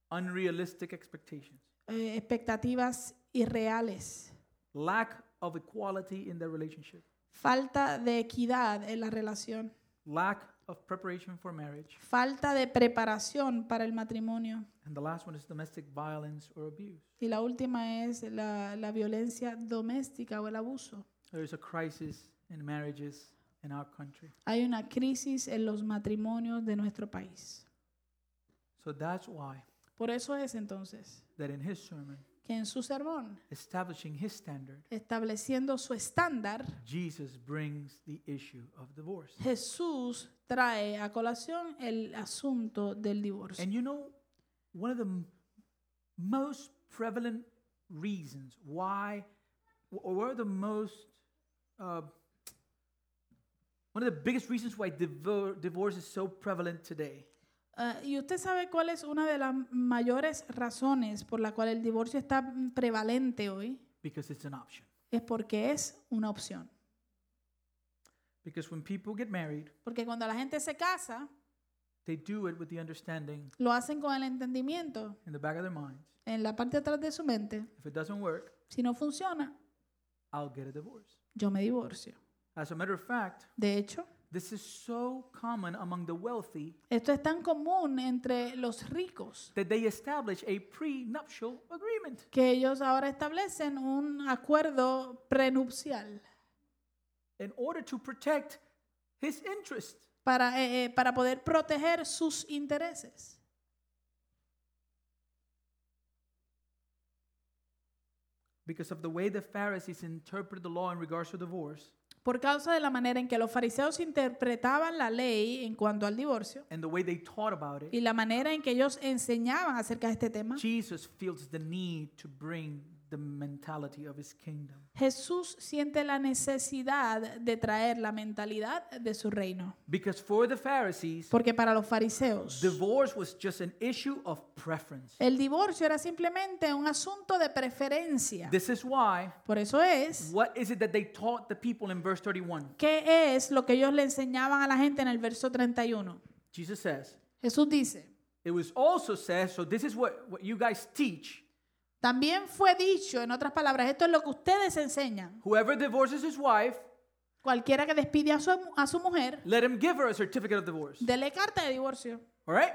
A: Unrealistic expectations.
B: Eh, expectativas irreales.
A: Lack of equality in their relationship.
B: Falta de equidad en la relación.
A: Lack of preparation for marriage.
B: Falta de preparación para el matrimonio.
A: And the last one is domestic violence or abuse.
B: Y la última es la, la violencia doméstica o el abuso.
A: There is a crisis in marriages in our country.
B: Hay una crisis en los matrimonios de nuestro país.
A: So that's why
B: Por eso es entonces
A: that in his sermon,
B: que en su sermón,
A: establishing his standard,
B: estableciendo su estándar,
A: Jesus brings the issue of divorce.
B: Jesús trae a colación el asunto del divorcio.
A: And you know, one of the m- most prevalent reasons why, or one of the most, uh, one of the biggest reasons why divor- divorce is so prevalent today
B: Ah, ¿Y usted sabe cuál es una de las mayores razones por la cual el divorcio está mm, prevalente hoy?
A: because it's an option.
B: Es porque es una opción.
A: Because when people get married,
B: Porque cuando la gente se casa,
A: they do it with the understanding
B: lo hacen con el entendimiento
A: in the back of their minds
B: en la parte de atrás de su mente.
A: if it doesn't work,
B: Si no funciona,
A: I'll get a divorce.
B: yo me divorcio.
A: As a matter of fact,
B: De hecho,
A: this is so common among the wealthy
B: esto es tan común entre los ricos
A: that they establish a prenuptial agreement.
B: que ellos ahora establecen un acuerdo prenupcial
A: in order to protect his interest.
B: para, eh, eh, para poder proteger sus intereses.
A: Because of the way the Pharisees interpret the law in regards to divorce
B: Por causa de la manera en que los fariseos interpretaban la ley en cuanto al divorcio
A: and the way they taught about it,
B: y la manera en que ellos enseñaban acerca de este tema,
A: Jesus feels the need to bring the mentality of his kingdom.
B: Jesús siente la necesidad de traer la mentalidad de su reino.
A: Because for the Pharisees,
B: Porque para los fariseos,
A: divorce was just an issue of preference.
B: el divorcio era simplemente un asunto de preferencia.
A: This is why,
B: Por eso es
A: what is it that they taught the people in verse 31?
B: ¿Qué es lo que ellos le enseñaban a la gente en el verso 31?
A: Jesus says,
B: Jesús dice,
A: it was also says, so this is what, what you guys teach.
B: también fue dicho, en otras palabras, esto es lo que ustedes enseñan.
A: Whoever divorces his wife,
B: Cualquiera que despide a su, a su mujer,
A: let him give her a certificate of divorce.
B: dele carta de divorcio.
A: All right?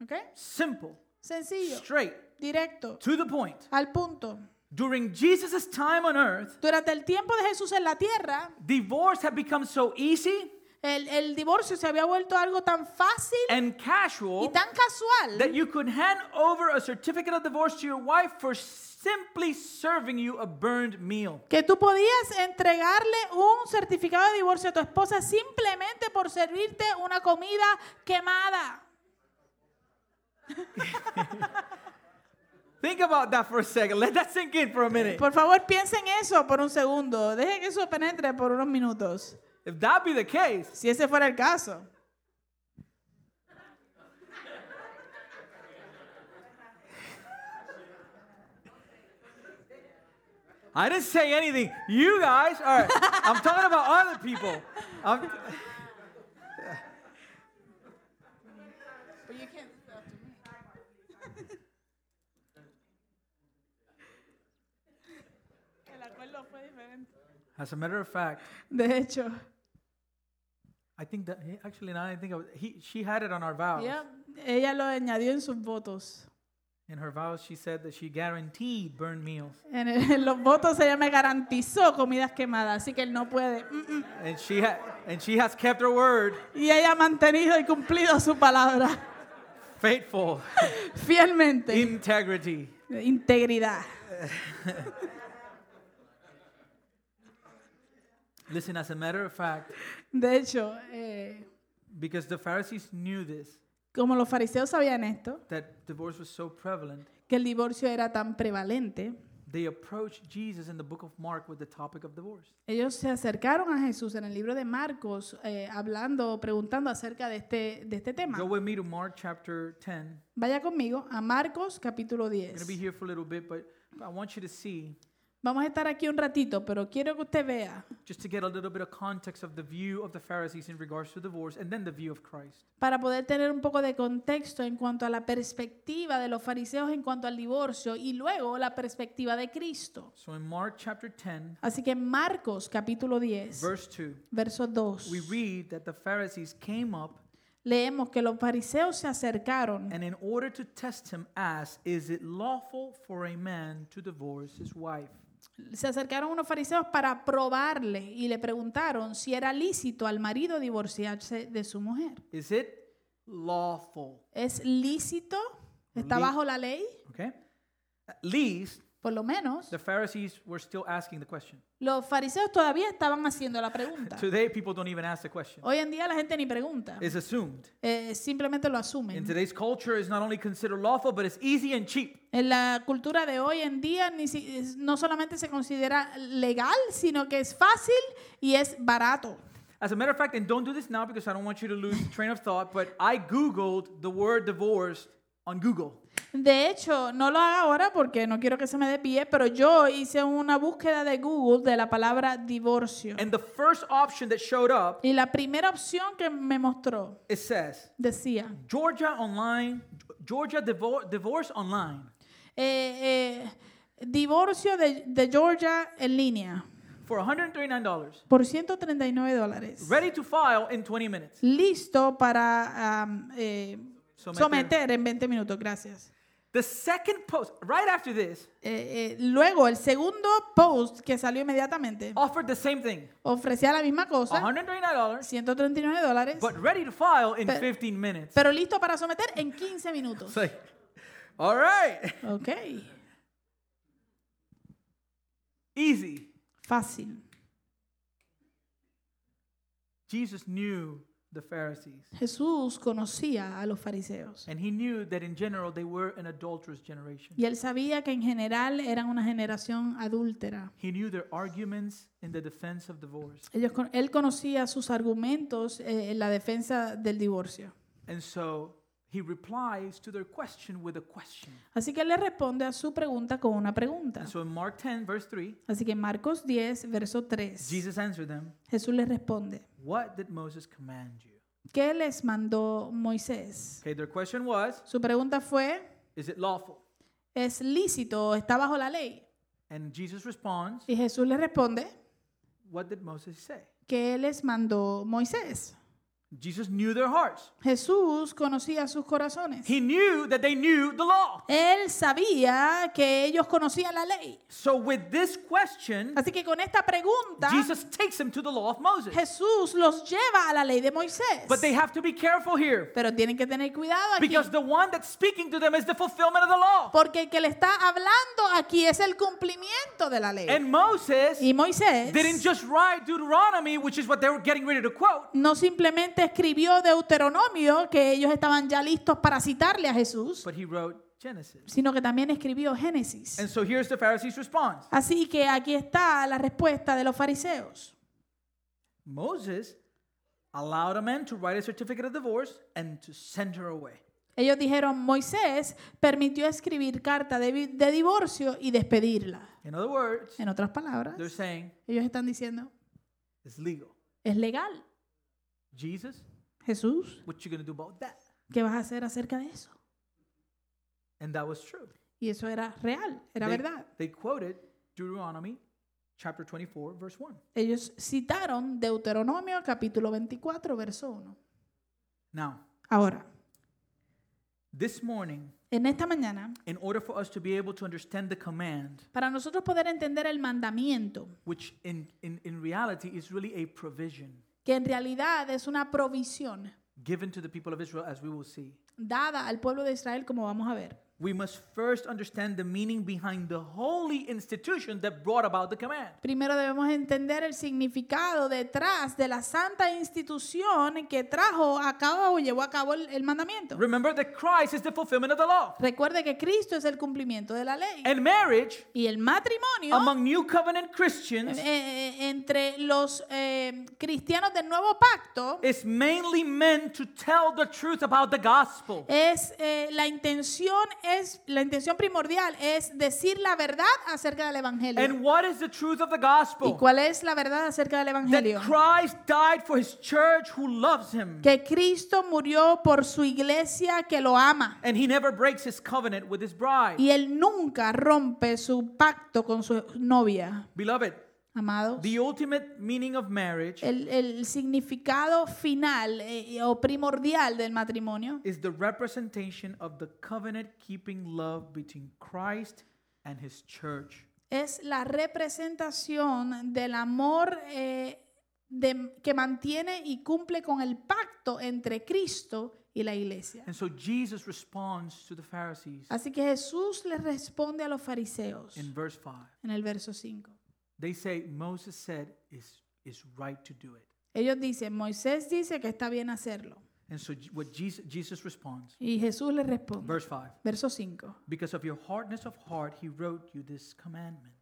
B: ¿Ok?
A: Simple,
B: Sencillo,
A: straight,
B: directo,
A: to the point.
B: al punto.
A: During Jesus' time on earth,
B: Durante el tiempo de Jesús en la tierra,
A: divorce had become so easy
B: el, el divorcio se había vuelto algo tan fácil
A: and
B: y
A: casual
B: tan
A: that
B: casual
A: you could hand over a certificate of divorce to your wife for simply serving you a burned meal.
B: que tú podías entregarle un certificado de divorcio a tu esposa simplemente por servirte una comida quemada.
A: Think about that for a second. Let that sink in for a minute.
B: Por favor, piensen eso por un segundo. Dejen que eso penetre por unos minutos.
A: If that be the case,
B: Si ese fuera el caso.
A: I didn't say anything. You guys are. I'm talking about other people. I'm, as a matter of fact,
B: De hecho,
A: I think that actually now I think I was, he, she had it on our vows.
B: ella, ella lo añadió en sus votos.
A: In her vows, she said that she guaranteed burned meals,
B: En, el- en los votos ella me garantizó comidas quemadas, así que él no puede. Mm, mm.
A: and she ha- and she has kept her word,
B: Y ella ha mantenido y cumplido su palabra (laughs)
A: faithful,
B: fielmente.
A: integrity.
B: Integridad.
A: Listen, as a matter of fact,
B: De hecho, eh,
A: because the Pharisees knew this,
B: como los fariseos sabían esto,
A: that divorce was so prevalent,
B: que el divorcio era tan prevalente,
A: they approached Jesus in the book of Mark with the topic of divorce.
B: ellos se acercaron a Jesús en el libro de Marcos, eh, hablando, preguntando acerca de este, de este tema.
A: Go with me to Mark chapter 10.
B: Vaya conmigo a Marcos capítulo
A: I'm going to be
B: 10.
A: here for a little bit, but I want you to see,
B: Vamos a estar aquí un ratito, pero quiero que usted vea,
A: just to get a little bit of context of the view of the Pharisees in regards to divorce and then the view of Christ.
B: para poder tener un poco de contexto en cuanto a la perspectiva de los fariseos en cuanto al divorcio y luego la perspectiva de Cristo.
A: So in Mark chapter 10,
B: Así que Marcos capítulo 10,
A: verse 2,
B: verso 2,
A: we read that the Pharisees came up
B: leemos que los fariseos se acercaron
A: and in order to test him asked, "Is it lawful for a man to divorce his wife?"
B: se acercaron unos fariseos para probarle y le preguntaron si era lícito al marido divorciarse de su mujer.
A: Is it lawful?
B: ¿Es lícito? ¿Está
A: Li-
B: bajo la ley?
A: Okay? At least
B: Por lo menos.
A: the Pharisees were still asking the question.
B: Los fariseos todavía estaban haciendo la pregunta.
A: (laughs) Today people don't even ask the question.
B: Hoy en día la gente ni pregunta,
A: It's assumed.
B: eh, simplemente lo
A: In
B: asumen.
A: today's culture, it's not only considered lawful, but it's easy and cheap.
B: En la cultura de hoy en día ni si- es- no solamente se considera legal, sino que es fácil y es barato.
A: As a matter of fact, and don't do this now because I don't want you to lose the train of thought, but I Googled the word divorce on Google.
B: De hecho, no lo haga ahora porque no quiero que se me desvíe, pero yo hice una búsqueda de Google de la palabra divorcio.
A: And the first option that showed up,
B: Y la primera opción que me mostró
A: it says
B: decía,
A: Georgia Online, Georgia Divor- Divorce Online.
B: eh, eh, divorcio de, de Georgia en línea
A: for $139,
B: por 139 dólares.
A: ready to file in 20 minutes.
B: listo para am, eh,
A: Someter.
B: someter en 20 minutos. Gracias.
A: The second post, right after this,
B: Eh, eh, luego, el segundo post que salió inmediatamente
A: offered the same thing
B: ofrecía la misma cosa,
A: $139,
B: 139 dólares,
A: but ready to file in
B: Pe-
A: 15 minutes.
B: pero listo para someter en 15 minutos.
A: It's like, all right, (laughs)
B: Ok,
A: easy.
B: fácil.
A: Jesus knew the Pharisees,
B: Jesús conocía a los fariseos
A: and he knew that in general they were an adulterous generation.
B: y él sabía que en general eran una generación adúltera.
A: He knew their arguments in the defense of divorce.
B: Ellos con- él conocía sus argumentos eh, en la defensa del divorcio.
A: And so he replies to their question with a question.
B: Así que él le responde a su pregunta con una pregunta.
A: And so in Mark 10, verse 3,
B: Así que en Marcos 10, verso 3,
A: Jesus answered them,
B: Jesús les responde,
A: What did Moses command you?
B: ¿qué les mandó Moisés?
A: Okay, their question was,
B: Su pregunta fue,
A: Is it lawful?
B: ¿es lícito? ¿Está bajo la ley?
A: And Jesus responds,
B: Y Jesús les responde,
A: What did Moses say?
B: ¿qué les mandó Moisés?
A: Jesus knew their hearts.
B: Jesús conocía sus corazones.
A: He knew that they knew the law.
B: Él sabía que ellos conocían la ley.
A: So with this question,
B: Así que con esta pregunta,
A: Jesus takes them to the law of Moses.
B: Jesús los lleva a la ley de Moisés.
A: But they have to be careful here
B: Pero tienen que tener cuidado aquí.
A: because the one that's speaking to them is the fulfillment of the law.
B: Porque el que le está hablando aquí es el cumplimiento de la ley.
A: And Moses
B: y Moisés
A: didn't just write Deuteronomy, which is what they were getting ready to quote.
B: no simplemente escribió Deuteronomio, que ellos estaban ya listos para citarle a Jesús,
A: but he wrote Genesis.
B: sino que también escribió Génesis.
A: And so here's the Pharisees' response
B: Así que aquí está la respuesta de los fariseos.
A: Moses allowed a man to write a certificate of divorce and to send her away.
B: Ellos dijeron, Moisés permitió escribir carta de, vi- de divorcio y despedirla.
A: In other words,
B: En otras palabras,
A: they're saying
B: ellos están diciendo,
A: it's legal.
B: es legal.
A: Jesus,
B: Jesús,
A: what you gonna do about that?
B: ¿qué vas a hacer acerca de eso?
A: And that was true.
B: Y eso era real, era
A: they,
B: verdad.
A: they quoted Deuteronomy chapter 24, verse 1.
B: Ellos citaron Deuteronomio capítulo 24, verso 1.
A: Now,
B: Ahora,
A: this morning,
B: en esta mañana,
A: in order for us to be able to understand the command,
B: para nosotros poder entender el mandamiento,
A: which in, in, in reality is really a provision
B: que en realidad es una provisión
A: given to the people of Israel, as we will see,
B: dada al pueblo de Israel, como vamos a ver,
A: We must first understand the meaning behind the holy institution that brought about the command.
B: primero debemos entender el significado detrás de la santa institución que trajo a cabo o llevó a cabo el, el mandamiento.
A: Remember that Christ is the fulfillment of the law.
B: Recuerde que Cristo es el cumplimiento de la ley.
A: And marriage
B: Y el matrimonio
A: among new covenant Christians
B: eh, eh, entre los eh, cristianos del nuevo pacto
A: is mainly meant to tell the truth about the gospel.
B: es eh, la intención es la intención primordial es decir la verdad acerca del evangelio
A: And what is the truth of the
B: y
A: gospel?
B: cuál es la verdad acerca del
A: That
B: evangelio
A: Christ died for his church who loves him.
B: que Cristo murió por su iglesia que lo ama
A: And he never breaks his covenant with his bride.
B: y él nunca rompe su pacto con su novia
A: Beloved,
B: amados
A: the ultimate meaning of marriage
B: el, el significado final eh, o primordial del matrimonio
A: is the representation of the covenant keeping love between Christ and his church.
B: es la representación del amor eh, de- que mantiene y cumple con el pacto entre Cristo y la iglesia.
A: And so Jesus responds to the Pharisees
B: Así que Jesús les responde a los fariseos
A: in verse 5.
B: en el verso 5.
A: They say, Moses said it's, it's right to do it.
B: Ellos dicen, Moisés dice que está bien hacerlo.
A: And so Je- what Jesus, Jesus responds,
B: Y Jesús les responde,
A: verse 5,
B: verso 5.
A: because of your hardness of heart, he wrote you this commandment.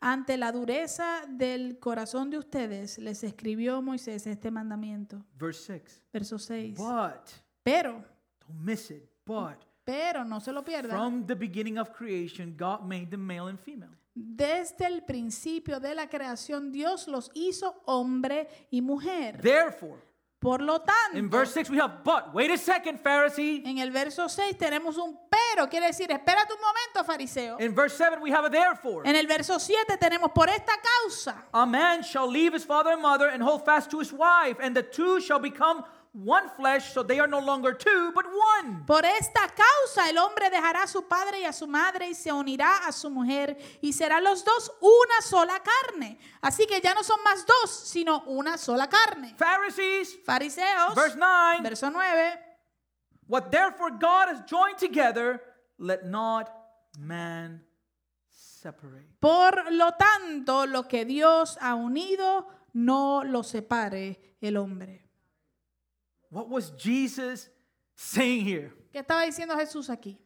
B: Ante la dureza del corazón de ustedes les escribió Moisés este mandamiento.
A: Verse 6,
B: Verso 6.
A: but,
B: Pero,
A: don't miss it, but
B: pero no se lo pierdan.
A: from the beginning of creation, God made them male and female.
B: Desde el principio de la creación, Dios los hizo hombre y mujer.
A: Therefore,
B: Por lo
A: In
B: tanto,
A: verse 6, we have, but wait a second, Pharisee.
B: en el verso 6 tenemos un pero, quiere decir, espérate un momento, fariseo.
A: In verse 7, we have a therefore.
B: En el verso 7 tenemos, por esta causa,
A: A man shall leave his father and mother and hold fast to his wife, and the two shall become one flesh, so they are no longer two, but one.
B: por esta causa el hombre dejará a su padre y a su madre y se unirá a su mujer y serán los dos una sola carne. Así que ya no son más dos, sino una sola carne.
A: Pharisees,
B: Fariseos,
A: verse 9,
B: verso 9.
A: what therefore God has joined together, let not man separate.
B: Por lo tanto, lo que Dios ha unido, no lo separe el hombre.
A: What was Jesus saying here?
B: ¿Qué estaba diciendo Jesús aquí?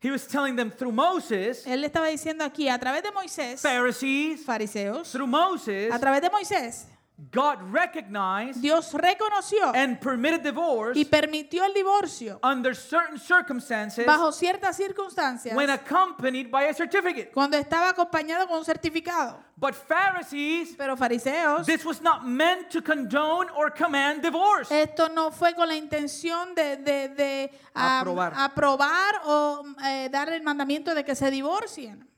A: He was telling them through Moses,
B: Él le estaba diciendo aquí, a través de Moisés,
A: Pharisees,
B: fariseos,
A: through Moses,
B: a través de Moisés,
A: God recognized
B: Dios reconoció
A: and permitted divorce
B: y permitió el divorcio
A: under certain circumstances
B: bajo ciertas circunstancias
A: when accompanied by a certificate.
B: cuando estaba acompañado con un certificado.
A: But Pharisees,
B: Pero fariseos,
A: this was not meant to condone or command divorce.
B: esto no fue con la intención de, de- de, ah,
A: Aprobar.
B: aprobar o eh, dar el mandamiento de que se divorcien.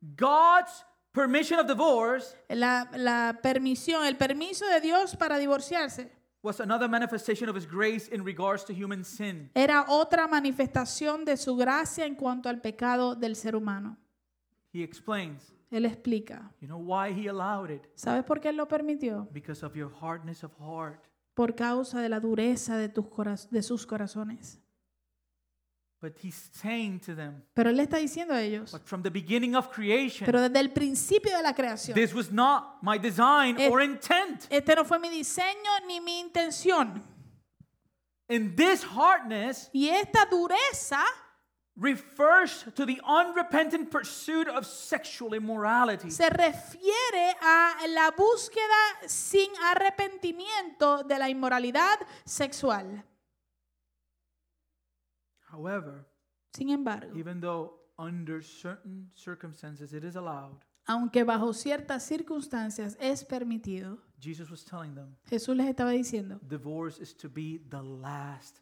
A: God's permission of divorce
B: la, la permisión, el permiso de Dios para divorciarse
A: was another manifestation of his grace in regards to human sin.
B: era otra manifestación de su gracia en cuanto al pecado del ser humano.
A: He explains,
B: Él explica,
A: you know why he allowed it?
B: ¿sabes por qué Él lo permitió?
A: Because of your hardness of heart.
B: Por causa de la dureza de, tus cora- de sus corazones.
A: But he's saying to them,
B: Pero Él le está diciendo a ellos,
A: but from the beginning of creation,
B: pero desde el principio de la creación,
A: this was not my design
B: Es-
A: or intent.
B: este no fue mi diseño ni mi intención.
A: And this hardness
B: Y esta dureza
A: refers to the unrepentant pursuit of sexual immorality.
B: se refiere a la búsqueda sin arrepentimiento de la inmoralidad sexual.
A: However,
B: Sin embargo,
A: even though under certain circumstances it is allowed,
B: aunque bajo ciertas circunstancias es permitido,
A: Jesus was telling them
B: Jesús les estaba diciendo,
A: divorce is to be the last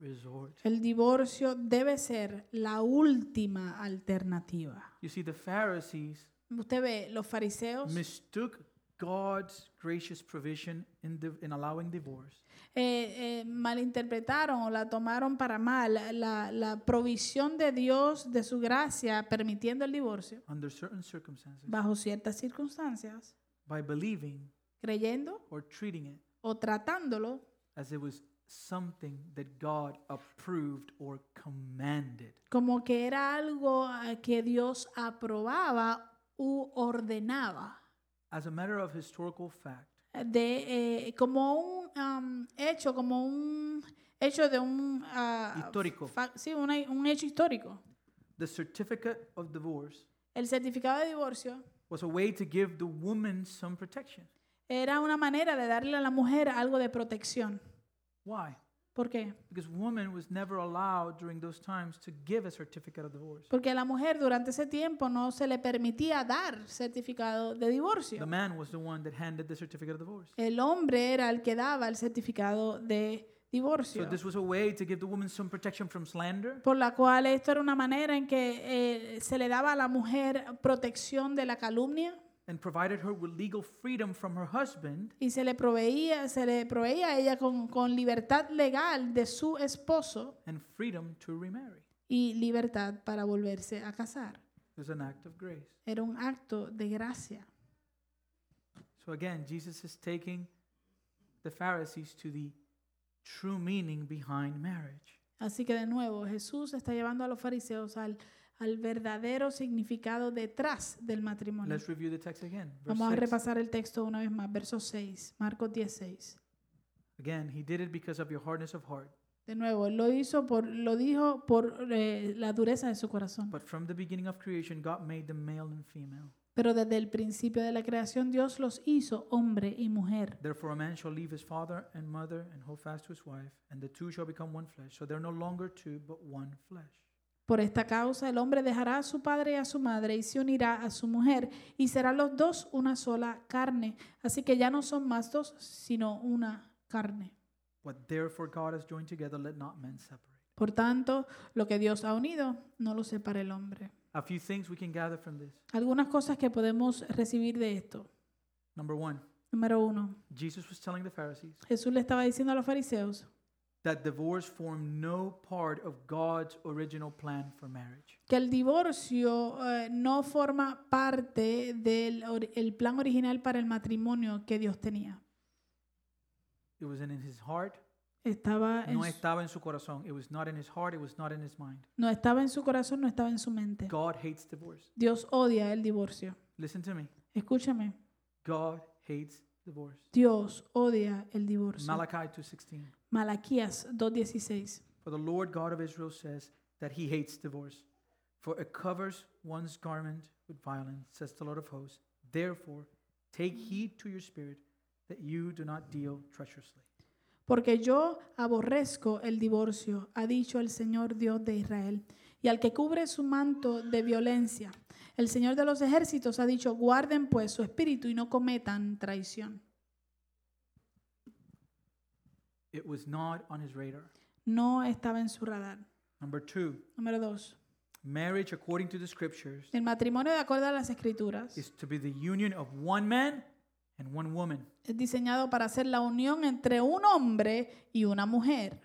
A: resort.
B: el divorcio debe ser la última alternativa.
A: You see, the Pharisees
B: Usted ve, los fariseos
A: mistook God's gracious provision in, div- in allowing divorce
B: eh, eh, malinterpretaron o la tomaron para mal la, la provisión de Dios, de su gracia, permitiendo el divorcio
A: under certain circumstances
B: bajo ciertas circunstancias,
A: by believing
B: creyendo
A: or treating it
B: o tratándolo
A: as it was something that God approved or commanded.
B: como que era algo eh, que Dios aprobaba u ordenaba,
A: As a matter of historical fact,
B: de, eh, como un am, hecho, como un hecho de un... ah,
A: Histórico.
B: fa- Sí, una- un hecho histórico.
A: the certificate of divorce
B: El certificado de divorcio
A: was a way to give the woman some protection.
B: era una manera de darle a la mujer algo de protección.
A: Why?
B: ¿Por qué?
A: Because woman was never allowed during those times to give a certificate of divorce.
B: Porque a la mujer durante ese tiempo no se le permitía dar certificado de
A: The
B: divorcio.
A: man was the one that handed the certificate of divorce.
B: El hombre era el que daba el certificado de
A: So
B: divorcio.
A: this was a way to give the woman some protection from slander,
B: por la cual esto era una manera en que eh, se le daba a la mujer protección de la calumnia
A: and provided her with legal freedom from her husband
B: y se le proveía, se le proveía a ella con, con libertad legal de su esposo
A: and freedom to remarry.
B: y libertad para volverse a casar.
A: It was an act of grace.
B: Era un acto de gracia.
A: So again, Jesus is taking the Pharisees to the true meaning behind marriage.
B: Así que de nuevo, Jesús está llevando a los fariseos al, al verdadero significado detrás del matrimonio.
A: Let's review the text again. Verse
B: Vamos a
A: six.
B: repasar el texto una vez más, verso 6, Marcos 16.
A: Again, he did it because of your hardness of heart.
B: De nuevo, él lo hizo por, lo dijo por eh, la dureza de su corazón.
A: But from the beginning of creation, God made them male and female.
B: Pero desde el principio de la creación Dios los hizo hombre y mujer.
A: Therefore, a man shall leave his father and mother and hold fast to his wife, and the two shall become one flesh. So they're no longer two, but one flesh.
B: Por esta causa el hombre dejará a su padre y a su madre y se unirá a su mujer y serán los dos una sola carne. Así que ya no son más dos, sino una carne.
A: What therefore God has joined together, let not men separate.
B: Por tanto, lo que Dios ha unido, no lo separa el hombre.
A: A few things we can gather from this.
B: Algunas cosas que podemos recibir de esto.
A: Number one,
B: Número uno,
A: Jesus was telling the Pharisees
B: Jesús le estaba diciendo a los fariseos
A: that divorce formed no part of God's original plan for marriage.
B: que el divorcio eh, no forma parte del ori- el plan original para el matrimonio que Dios tenía.
A: It was in his heart.
B: Estaba en
A: No
B: su-
A: estaba en su corazón. It was not in his heart. It was not in his mind.
B: no estaba en su corazón, no estaba en su mente.
A: God hates divorce.
B: Dios odia el divorcio.
A: Listen to me.
B: Escúchame,
A: God hates divorce.
B: Dios odia el divorcio.
A: Malachi 2:16.
B: Malaquías 2:16.
A: For the Lord God of Israel says that he hates divorce, for it covers one's garment with violence, says the Lord of hosts. Therefore, take heed to your spirit that you do not deal treacherously.
B: Porque yo aborrezco el divorcio, ha dicho el Señor Dios de Israel, y al que cubre su manto de violencia. El Señor de los ejércitos ha dicho, guarden pues su espíritu y no cometan traición.
A: It was not on his radar.
B: No estaba en su radar.
A: Number two,
B: Número dos,
A: marriage according to the scriptures
B: el matrimonio de acuerdo a las escrituras
A: is to be the union of one man and one woman.
B: Es diseñado para hacer la unión entre un hombre y una mujer.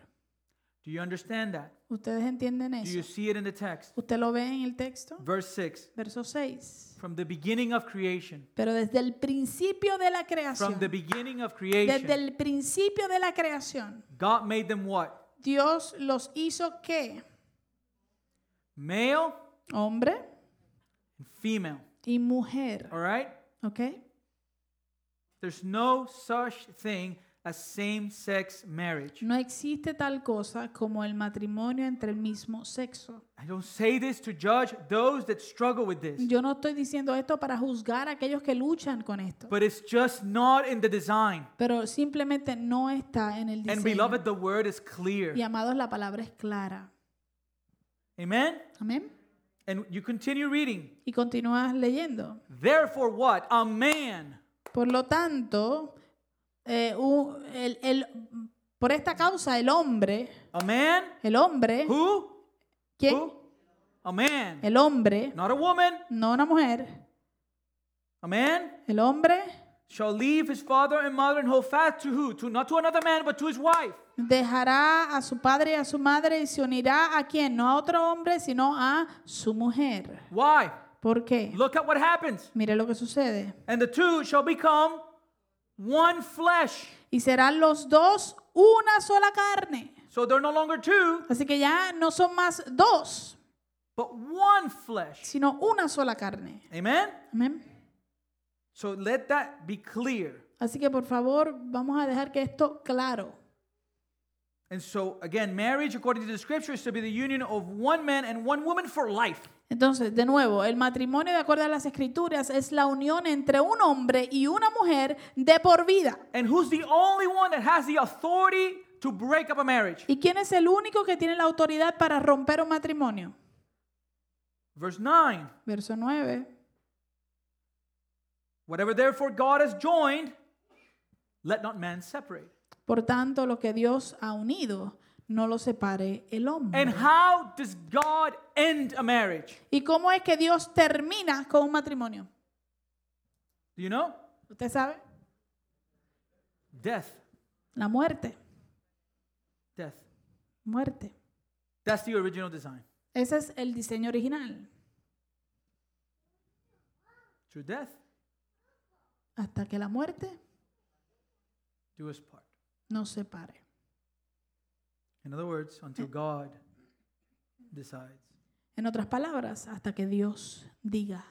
A: Do you understand that?
B: ¿Ustedes entienden
A: Do you
B: eso?
A: see it in the text?
B: ¿Usted lo ve en el texto?
A: Verse 6
B: Verso 6.
A: From the beginning of creation,
B: Pero desde el principio de la
A: from
B: creación,
A: the beginning of
B: desde
A: creation,
B: el principio de la creación,
A: God made them what?
B: Dios los hizo qué?
A: Male
B: Hombre
A: and female.
B: y mujer.
A: All right?
B: ¿Ok?
A: There's no such thing as same sex marriage.
B: No existe tal cosa como el matrimonio entre el mismo sexo.
A: I don't say this to judge those that struggle with this,
B: Yo no estoy diciendo esto para juzgar a aquellos que luchan con esto,
A: but it's just not in the design.
B: pero simplemente no está en el
A: And
B: diseño.
A: beloved, the word is clear.
B: Y amados, la palabra es clara.
A: Amen?
B: Amén.
A: And you continue reading.
B: Y continúas leyendo.
A: Therefore, what? A man.
B: Por lo tanto, eh, u- el- el- por esta causa el hombre,
A: A man?
B: el hombre,
A: Who?
B: ¿quién?
A: Who? A man.
B: El hombre,
A: Not a woman.
B: no una mujer,
A: A man
B: el hombre
A: shall leave his father and mother and hold fast to who? To not to another man, but to his wife.
B: dejará a su padre y a su madre y se unirá a quién, no a otro hombre, sino a su mujer.
A: Why?
B: ¿Por qué?
A: Look at what happens.
B: Mire lo que sucede.
A: And the two shall become one flesh.
B: Y serán los dos una sola carne.
A: So they're no longer two,
B: Así que ya no son más dos,
A: but one flesh.
B: sino una sola carne.
A: Amen?
B: Amén.
A: So let that be clear.
B: Así que por favor, vamos a dejar que esto claro.
A: And so, again, marriage, according to the scripture, is to be the union of one man and one woman for life.
B: Entonces, de nuevo, el matrimonio de acuerdo a las escrituras es la unión entre un hombre y una mujer de por vida.
A: And who's the only one that has the authority to break up a marriage?
B: ¿Y quién es el único que tiene la autoridad para romper un matrimonio?
A: Verse 9
B: Verso 9.
A: Whatever therefore God has joined, let not man separate.
B: Por tanto, lo que Dios ha unido, no lo separe el
A: And
B: hombre.
A: how does God end a marriage?
B: ¿Y cómo es que Dios termina con un matrimonio?
A: Do you know?
B: ¿Usted sabe?
A: Death.
B: La muerte.
A: Death.
B: Muerte.
A: That's the original design.
B: Ese es el diseño original.
A: Through death,
B: Hasta que la muerte
A: do us part.
B: nos separe.
A: In other words, until God decides.
B: En otras palabras, hasta que Dios diga.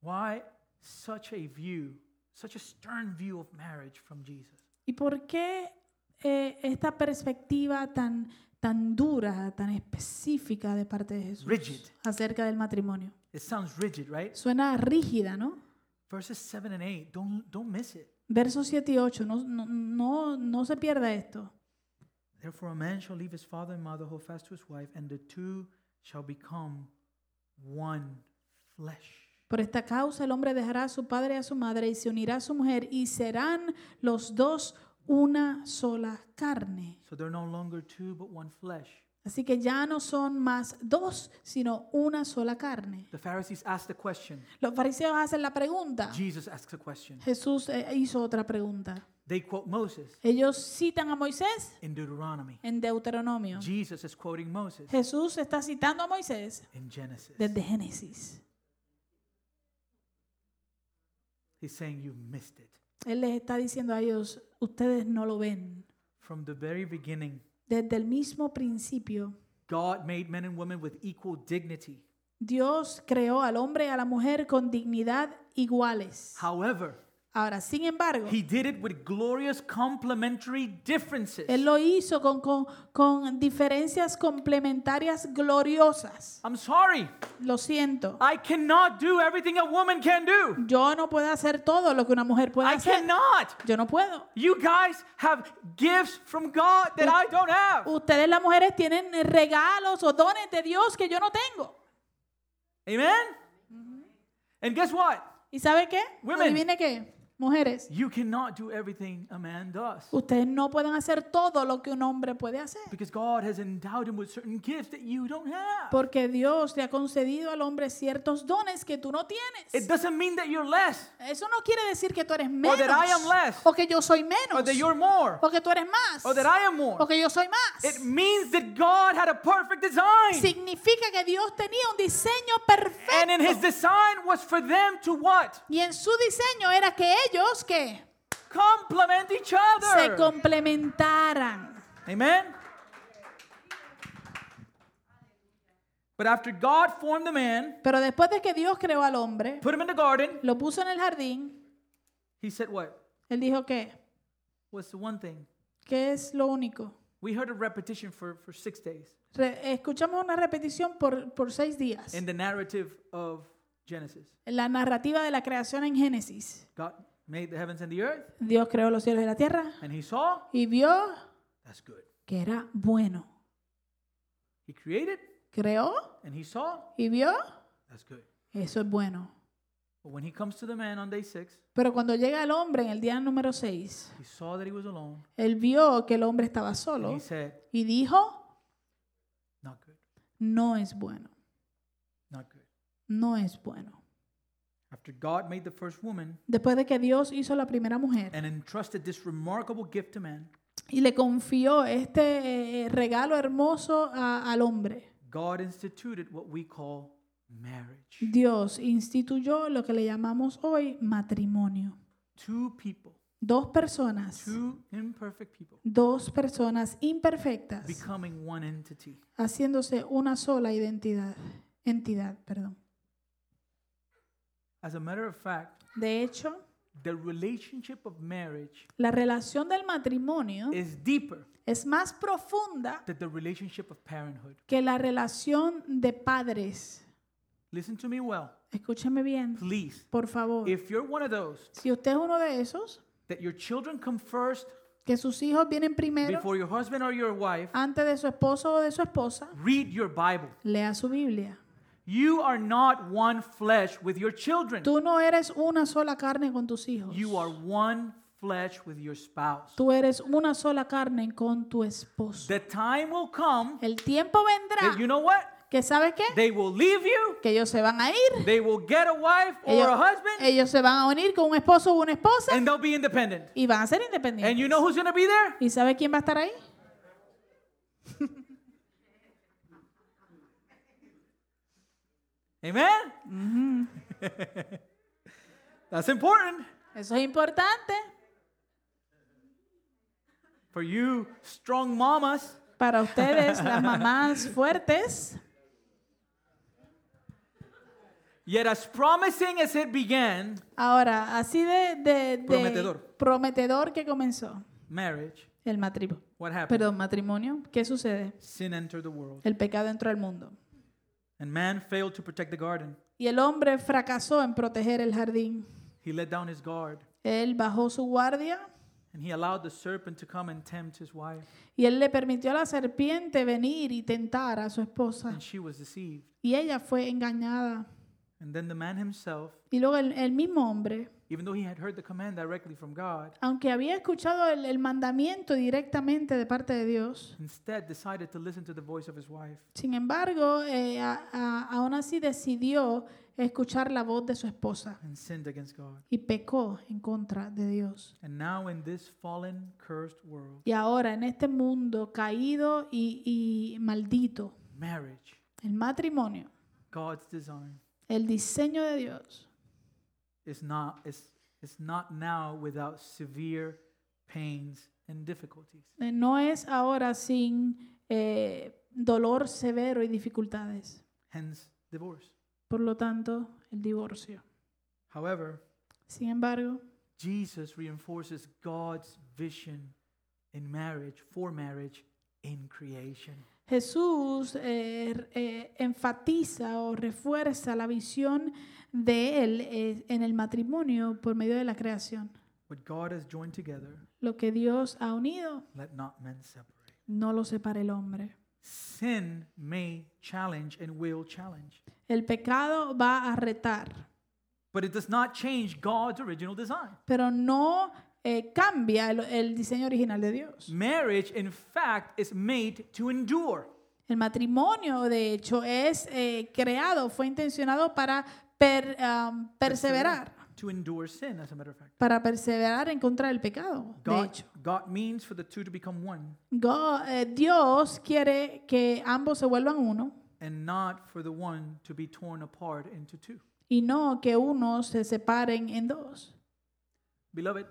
A: Why such a view, such a stern view of marriage from Jesus?
B: ¿Y por qué eh, esta perspectiva tan, tan dura, tan específica de parte de Jesús
A: Rigid.
B: acerca del matrimonio?
A: It sounds rigid, right?
B: Suena rígida, ¿no?
A: Verses 7 and 8, don't, don't miss it.
B: Versos 7 y 8, no, no, no, no se pierda esto.
A: Therefore, a man shall leave his father and mother, hold fast to his wife, and the two shall become one flesh.
B: Por esta causa el hombre dejará a su padre y a su madre y se unirá a su mujer y serán los dos una sola carne.
A: So they're no longer two, but one flesh.
B: Así que ya no son más dos, sino una sola carne.
A: The Pharisees asked the question.
B: Los fariseos hacen la pregunta.
A: Jesus asks a question.
B: Jesús eh, hizo otra pregunta.
A: They quote Moses
B: Ellos citan a Moisés
A: in Deuteronomy.
B: en Deuteronomio.
A: Jesus is quoting Moses
B: Jesús está citando a Moisés
A: in Genesis.
B: desde Génesis.
A: He's saying, You missed it.
B: Él les está diciendo a ellos, ustedes no lo ven.
A: From the very beginning,
B: Desde el mismo principio,
A: God made men and women with equal dignity.
B: Dios creó al hombre y a la mujer con dignidad iguales.
A: However,
B: Ahora, sin embargo,
A: He did it with glorious complementary differences.
B: Él lo hizo con, con- con diferencias complementarias gloriosas.
A: I'm sorry,
B: Lo siento.
A: I cannot do everything a woman can do.
B: Yo no puedo hacer todo lo que una mujer puede
A: I
B: hacer.
A: cannot.
B: Yo no puedo.
A: You guys have gifts from God that I don't have.
B: Ustedes las mujeres tienen regalos o dones de Dios que yo no tengo.
A: Amen? And guess what?
B: ¿Y sabe qué?
A: Women.
B: Adivine qué. Mujeres,
A: You cannot do everything a man does
B: ustedes no pueden hacer todo lo que un hombre puede hacer,
A: because God has endowed him with certain gifts that you don't have.
B: porque Dios le ha concedido al hombre ciertos dones que tú no
A: It
B: tienes.
A: doesn't mean that you're less
B: Eso no quiere decir que tú eres
A: Or
B: menos,
A: that I am less.
B: o que yo soy
A: or that
B: menos,
A: you're more
B: o que tú eres más,
A: or that I am
B: o
A: more.
B: que yo soy
A: It
B: más.
A: means that God had a perfect design.
B: Significa que Dios tenía un diseño
A: And in his
B: perfecto
A: design was for them to what?
B: y en su diseño era que ellos que
A: Complement each
B: se
A: other.
B: complementaran.
A: Amen. But after God formed the man,
B: Pero después de que Dios creó al hombre,
A: put him in the garden,
B: lo puso en el jardín,
A: he said what?
B: él dijo que,
A: What's the one thing?
B: ¿qué es lo único?
A: We heard a repetition for, for six days
B: Re- escuchamos una repetición por, por seis días.
A: in the narrative of Genesis.
B: En la narrativa de la creación en Génesis.
A: God made the heavens and the earth,
B: Dios creó los cielos y la tierra
A: and he saw
B: y vio
A: that's good.
B: que era bueno.
A: He created,
B: Creó
A: and he saw
B: y vio,
A: that's good.
B: eso es bueno.
A: But when he comes to the man on day six,
B: Pero cuando llega el hombre en el día número seis,
A: he saw that he was alone,
B: él vio que el hombre estaba
A: and
B: solo
A: he said,
B: y dijo,
A: Not good,
B: no es bueno,
A: not good.
B: no es bueno.
A: After God made the first woman
B: Después de que Dios hizo la primera mujer
A: and entrusted this remarkable gift to man,
B: y le confió este eh, regalo hermoso a- al hombre,
A: God instituted what we call marriage.
B: Dios instituyó lo que le llamamos hoy matrimonio.
A: Two people,
B: Dos personas,
A: two imperfect people,
B: dos personas imperfectas,
A: becoming one entity.
B: haciéndose una sola identidad, entidad, perdón.
A: As a matter of fact,
B: De hecho,
A: the relationship of marriage
B: la relación del matrimonio
A: is deeper
B: es más profunda
A: than the relationship of parenthood.
B: que la relación de padres.
A: Listen to me well,
B: Escúcheme bien,
A: please.
B: por favor.
A: If you're one of those
B: Si usted es uno de esos,
A: that your children come first
B: que sus hijos vienen primero
A: before your husband or your wife,
B: antes de su esposo o de su esposa,
A: read your Bible.
B: lea su Biblia.
A: You are not one flesh with your children.
B: Tú no eres una sola carne con tus hijos.
A: You are one flesh with your spouse.
B: Tú eres una sola carne con tu esposo.
A: The time will come
B: El tiempo
A: that you
B: vendrá
A: know what?
B: que sabes qué?
A: They will leave you.
B: Que ellos se van a ir.
A: They will get a wife or
B: Ellos,
A: a husband
B: ellos se van a unir con un esposo o una esposa
A: and they'll be independent.
B: y van a ser
A: And you
B: independientes.
A: know who's going to be there?
B: ¿Y sabes quién va a estar ahí?
A: Amen? (laughs) That's important
B: Eso es importante
A: for you strong mamas. (laughs)
B: para ustedes, las mamás fuertes.
A: Yet, as promising as it began,
B: Ahora, así de, de- de
A: Prometedor.
B: prometedor que comenzó
A: marriage,
B: el matrimonio.
A: what happened?
B: Perdón, matrimonio. ¿Qué sucede?
A: Sin entered the world.
B: El pecado entró al mundo.
A: And man failed to protect the garden.
B: Y el hombre fracasó en proteger el jardín.
A: He let down his guard
B: Él bajó su guardia
A: and he allowed the serpent to come and tempt his wife.
B: y él le permitió a la serpiente venir y tentar a su esposa.
A: And she was deceived.
B: Y ella fue engañada.
A: And then the man himself,
B: Y luego el, el mismo hombre,
A: even though he had heard the command directly from God,
B: aunque había escuchado el, el mandamiento directamente de parte de Dios,
A: instead decided to listen to the voice of his wife.
B: sin embargo, eh, a- a- aún así decidió escuchar la voz de su esposa
A: and sinned against God.
B: y pecó en contra de Dios.
A: And now, in this fallen, cursed world,
B: Y ahora en este mundo caído y- y maldito,
A: marriage,
B: el matrimonio
A: God's design,
B: El diseño de Dios
A: is not, is, is not now without severe pains and difficulties.
B: eh, no es ahora sin eh, dolor severo y dificultades.
A: Hence, divorce.
B: Por lo tanto, el divorcio.
A: However,
B: Sin embargo,
A: Jesus reinforces God's vision in marriage, for marriage, in creation.
B: Jesús eh, r- eh, enfatiza o refuerza la visión de Él eh, en el matrimonio por medio de la creación.
A: What God has joined together,
B: Lo que Dios ha unido,
A: let not men separate.
B: no lo separa el hombre.
A: Sin may challenge and will challenge.
B: El pecado va a retar
A: But it does not change God's original design.
B: pero no eh, cambia el, el diseño original de Dios.
A: Marriage, in fact, is made to endure.
B: El matrimonio, de hecho, es eh, creado, fue intencionado para per- um, perseverar,
A: To endure sin, as a matter of fact.
B: para perseverar en contra del pecado. De
A: God,
B: hecho,
A: God means for the two to become one
B: Go- eh, Dios quiere que ambos se vuelvan uno
A: and not for the one to be torn apart into two.
B: y no que unos se separen en dos.
A: Beloved,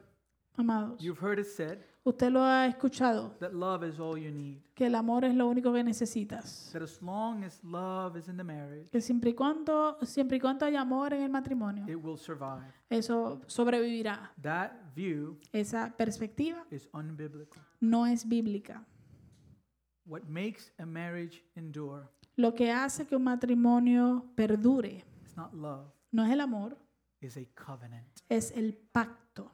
B: Amados,
A: you've heard it said
B: usted lo ha escuchado,
A: that love is all you need.
B: que el amor es lo único que necesitas.
A: That as long as love is in the marriage,
B: Que siempre y cuando, siempre y cuando haya amor en el matrimonio,
A: it will survive.
B: eso sobrevivirá.
A: That view
B: Esa perspectiva
A: is unbiblical.
B: no es bíblica.
A: What makes a marriage endure
B: Lo que hace que un matrimonio perdure
A: is not love,
B: no es el amor,
A: is a covenant.
B: es el pacto.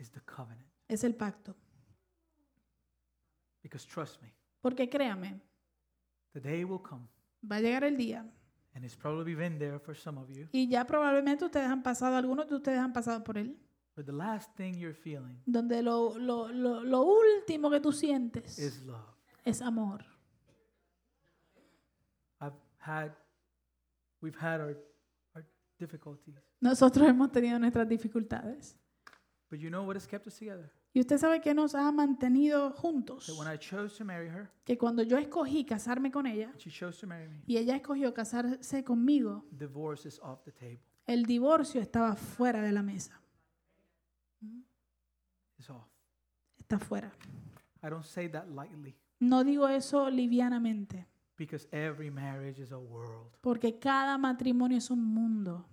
A: Is the covenant.
B: Es el pacto.
A: Because trust me,
B: Porque créame,
A: the day will come,
B: va a llegar el día
A: and it's probably been there for some of you,
B: Y ya probablemente ustedes han pasado, algunos de ustedes han pasado por él,
A: where the last thing you're feeling
B: donde lo, lo, lo, lo último que tú sientes
A: is love.
B: es amor.
A: I've had, we've had our, our difficulties,
B: Nosotros hemos tenido nuestras dificultades.
A: but you know what has kept us together?
B: Y usted sabe que nos ha mantenido juntos.
A: That when I chose to marry her,
B: Que cuando yo escogí casarme con ella
A: and she chose to marry me,
B: y ella escogió casarse conmigo,
A: divorce is off the table.
B: el divorcio estaba fuera de la mesa.
A: It's off.
B: Está fuera.
A: I don't say that lightly
B: No digo eso livianamente,
A: because every marriage is a world.
B: porque cada matrimonio es un mundo.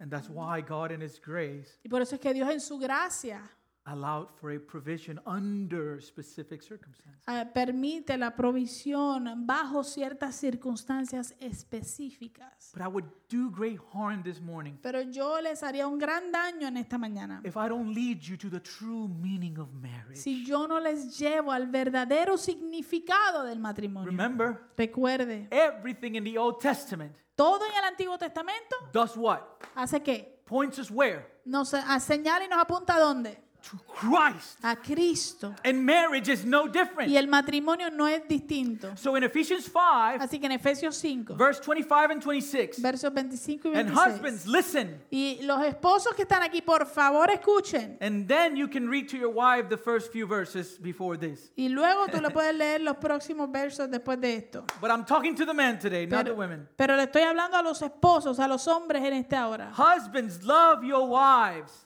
A: And that's why God, in His grace,
B: Y por eso es que Dios en su gracia
A: allowed for a provision under specific circumstances.
B: ah, permite la provisión bajo ciertas circunstancias específicas.
A: But I would do great harm this morning
B: Pero yo les haría un gran daño en esta mañana
A: if I don't lead you to the true meaning of marriage.
B: si yo no les llevo al verdadero significado del matrimonio.
A: Remember,
B: Recuerde,
A: everything in the Old Testament
B: todo en el Antiguo Testamento
A: does what?
B: hace que
A: Points us where?
B: nos a- señala y nos apunta a dónde?
A: To Christ.
B: A Cristo.
A: And marriage is no
B: Y
A: different.
B: el matrimonio no es distinto.
A: So in Ephesians 5,
B: Así que en Efesios 5,
A: verse 25 and 26,
B: versos 25 y
A: and
B: 26.
A: husbands, listen.
B: Y los esposos que están aquí, por favor, escuchen.
A: And then you can read to your wife the first few verses before this.
B: Y luego tú le puedes leer los próximos versos después de esto.
A: But I'm talking to the men today, not the
B: Pero-
A: women.
B: Pero le estoy hablando a los esposos, a los hombres en este esta hora.
A: Husbands, love your wives.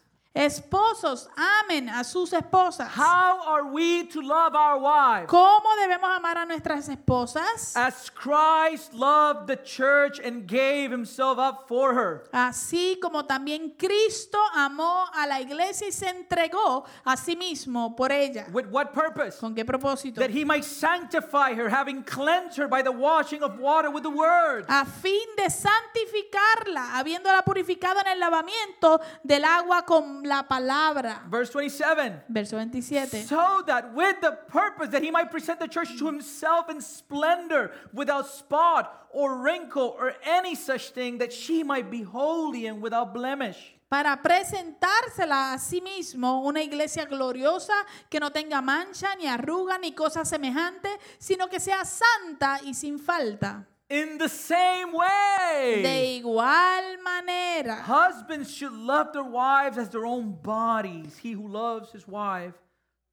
B: Esposos, amen a sus esposas.
A: How are we to love our wives?
B: ¿Cómo debemos amar a nuestras esposas?
A: As Christ loved the church and gave himself up for her.
B: Así como también Cristo amó a la iglesia y se entregó a sí mismo por ella.
A: With what purpose?
B: ¿Con qué propósito?
A: That he might sanctify her, having cleansed her by the washing of water with the word.
B: a fin de santificarla, habiéndola purificado en el lavamiento del agua con la palabra.
A: Verse 27.
B: Verso 27.
A: So that with the purpose that he might present the church to himself in splendor, without spot or wrinkle or any such thing, that she might be holy and without blemish.
B: para presentársela a sí mismo una iglesia gloriosa que no tenga mancha ni arruga ni cosa semejante, sino que sea santa y sin falta.
A: In the same
B: De
A: way,
B: igual manera,
A: husbands should love their wives as their own bodies. He who loves his wife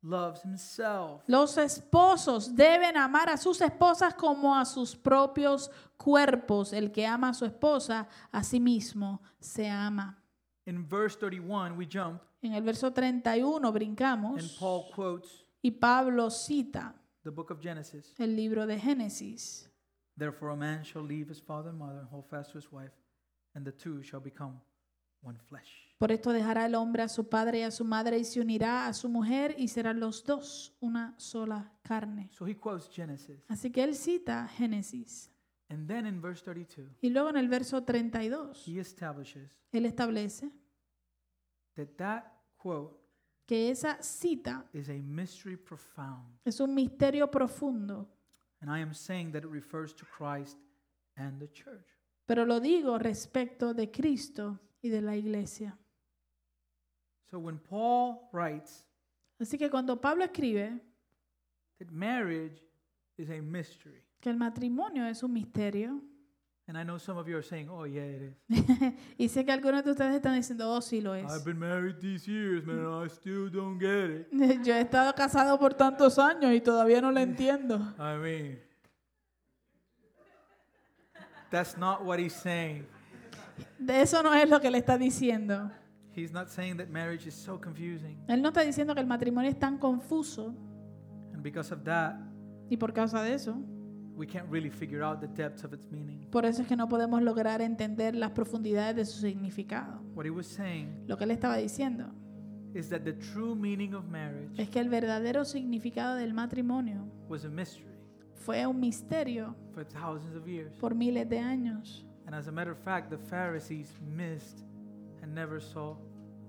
A: loves himself.
B: los esposos deben amar a sus esposas como a sus propios cuerpos. El que ama a su esposa, a sí mismo se ama.
A: In verse 31, we jump
B: En el verso 31
A: and
B: brincamos
A: Paul quotes
B: y Pablo cita
A: the book of Genesis.
B: el libro de Génesis.
A: Therefore, a man shall leave his father and mother and hold fast to his wife, and the two shall become one flesh.
B: Por esto dejará el hombre a su padre y a su madre y se unirá a su mujer y serán los dos una sola carne.
A: So he quotes Genesis.
B: Así que él cita Génesis.
A: And then in verse 32,
B: Y luego en el verso 32,
A: he establishes
B: él establece
A: that that quote
B: que esa cita
A: is a mystery profound.
B: es un misterio profundo.
A: And I am saying that it refers to Christ and the church.
B: pero lo digo respecto de Cristo y de la iglesia.
A: So when Paul writes
B: Así que cuando Pablo escribe
A: that marriage is a mystery,
B: que el matrimonio es un misterio,
A: and I know some of you are saying, oh, yeah, it is.
B: y sé que algunos de ustedes están diciendo, oh, sí lo es.
A: I've been married these years, man, and I still don't get it.
B: (laughs) Yo he estado casado por tantos años y todavía no lo entiendo.
A: I mean, that's not what he's saying.
B: De eso no es lo que le está diciendo.
A: He's not saying that marriage is so confusing.
B: Él no está diciendo que el matrimonio es tan confuso
A: And because of that,
B: y por causa de eso.
A: we can't really figure out the depths of its meaning.
B: Por eso es que no podemos lograr entender las profundidades de su significado.
A: What he was saying
B: Lo que él estaba diciendo
A: is that the true meaning of marriage
B: es que el verdadero significado del matrimonio
A: was a mystery
B: fue un misterio
A: for thousands of years.
B: por miles de años.
A: And as a matter of fact, the Pharisees missed and never saw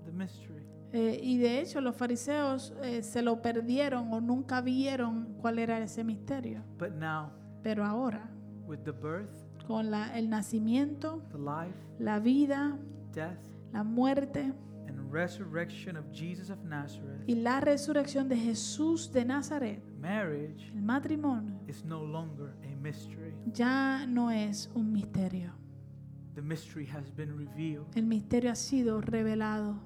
A: the mystery.
B: Eh, y de hecho los fariseos eh, se lo perdieron o nunca vieron cuál era ese misterio.
A: But now,
B: Pero ahora,
A: with the birth,
B: con la- el nacimiento,
A: the life,
B: la vida,
A: death,
B: la muerte
A: and resurrection of Jesus of Nazareth,
B: y la resurrección de Jesús de Nazaret,
A: marriage
B: el matrimonio
A: is no longer a mystery.
B: ya no es un misterio.
A: The mystery has been revealed
B: El misterio ha sido revelado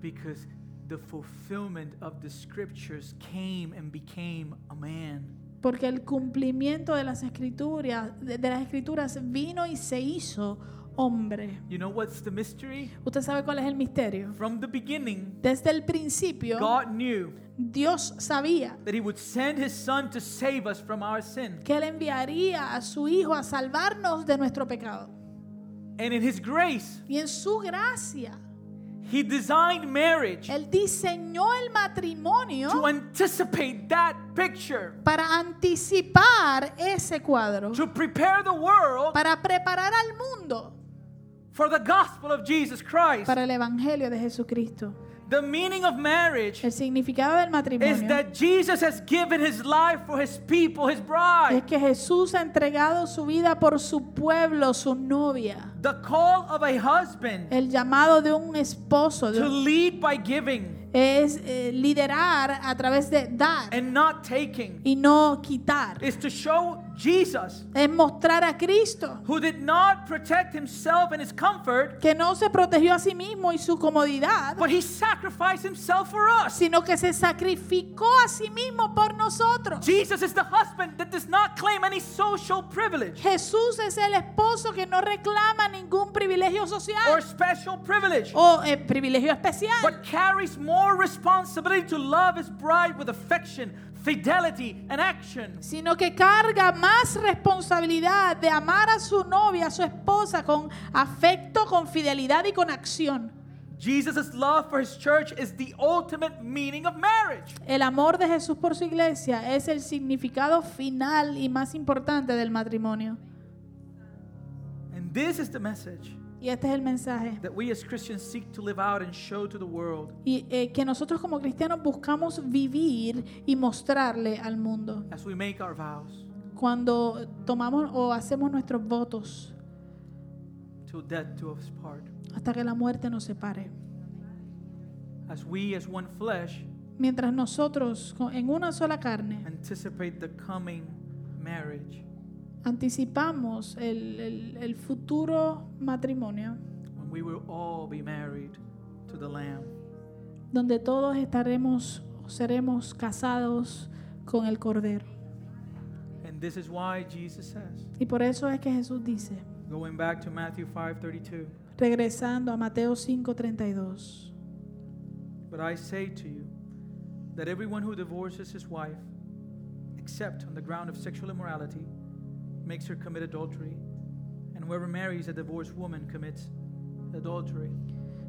A: because the fulfillment of the scriptures came and became a man.
B: porque el cumplimiento de las escrituras, de, de las escrituras vino y se hizo hombre.
A: You know what's the mystery?
B: ¿Usted sabe cuál es el misterio?
A: From the beginning,
B: Desde el principio
A: God knew
B: Dios sabía
A: that He would send His Son to save us from our sin.
B: que él enviaría a su hijo a salvarnos de nuestro pecado.
A: And in His grace,
B: Y en su gracia
A: He designed marriage
B: él diseñó el matrimonio
A: to anticipate that picture,
B: para anticipar ese cuadro,
A: to prepare the world
B: para preparar al mundo
A: for the gospel of Jesus Christ.
B: para el evangelio de Jesucristo.
A: The meaning of marriage
B: El significado del
A: is
B: matrimonio
A: that Jesus has given His life for His people, His
B: es
A: bride.
B: que Jesús ha entregado su vida por su pueblo, su novia.
A: The call of a husband
B: El llamado de un esposo de
A: to
B: un-
A: lead by giving
B: es eh, liderar a través de dar
A: and not taking
B: y no quitar.
A: is to show Jesus,
B: Es mostrar a Cristo
A: who did not protect Himself and His comfort,
B: que no se protegió a sí mismo y su comodidad,
A: but He sacrificed Himself for us.
B: sino que se sacrificó a sí mismo por nosotros.
A: Jesus is the husband that does not claim any social privilege
B: Jesús es el esposo que no reclama ningún privilegio
A: or
B: social
A: special privilege,
B: o eh, privilegio especial,
A: but carries more responsibility to love His bride with affection, fidelity, and action.
B: sino que carga más responsabilidad de amar a su novia, a su esposa, con afecto, con fidelidad y con acción.
A: Jesus' love for His church is the ultimate meaning of marriage.
B: El amor de Jesús por su iglesia es el significado final y más importante del matrimonio.
A: And this is the message
B: Y este es el mensaje.
A: that we as Christians seek to live out and show to the world
B: Y eh, que nosotros como cristianos buscamos vivir y mostrarle al mundo.
A: as we make our vows.
B: Cuando tomamos o hacemos nuestros votos
A: till death do us part.
B: hasta que la muerte nos separe.
A: As we, as one flesh,
B: Mientras nosotros co- en una sola carne
A: anticipate the coming marriage,
B: anticipamos el, el- el futuro matrimonio
A: when we will all be married to the Lamb.
B: donde todos estaremos o seremos casados con el Cordero.
A: And this is why Jesus says,
B: Y por eso es que Jesús dice,
A: going back to Matthew 5:32,
B: regresando a Mateo 5:32,
A: but I say to you that everyone who divorces his wife, except on the ground of sexual immorality, makes her commit adultery, and whoever marries a divorced woman commits adultery.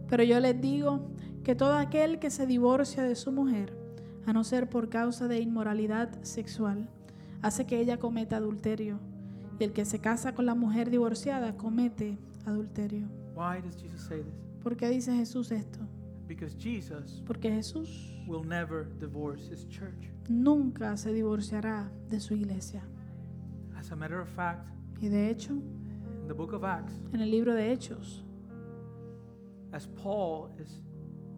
B: pero yo les digo que todo aquel que se divorcia de su mujer, a no ser por causa de inmoralidad sexual, hace que ella cometa adulterio, y el que se casa con la mujer divorciada comete adulterio.
A: Why does Jesus say this?
B: ¿Por qué dice Jesús esto?
A: Because Jesus
B: Porque Jesús
A: will never divorce his church.
B: nunca se divorciará de su iglesia.
A: As a matter of fact,
B: Y de hecho,
A: in the book of Acts,
B: en el libro de Hechos,
A: as Paul is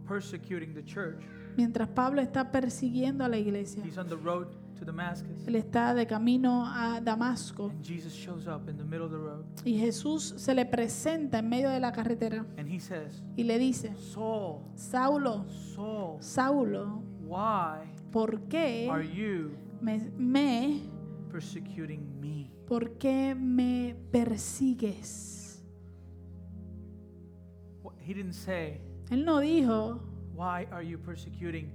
A: persecuting the church,
B: mientras Pablo está persiguiendo a la iglesia.
A: he's on the road to Damascus.
B: Él está de camino a Damasco
A: And Jesus shows up in the middle of the road
B: y Jesús se le presenta en medio de la carretera
A: and he says,
B: y le dice,
A: Saul,
B: Saulo,
A: Saul,
B: Saulo,
A: why
B: ¿por
A: are
B: qué
A: you
B: me, me-
A: persecuting me?
B: por qué me persigues?
A: Wh- He didn't say,
B: Él no dijo,
A: Why are you persecuting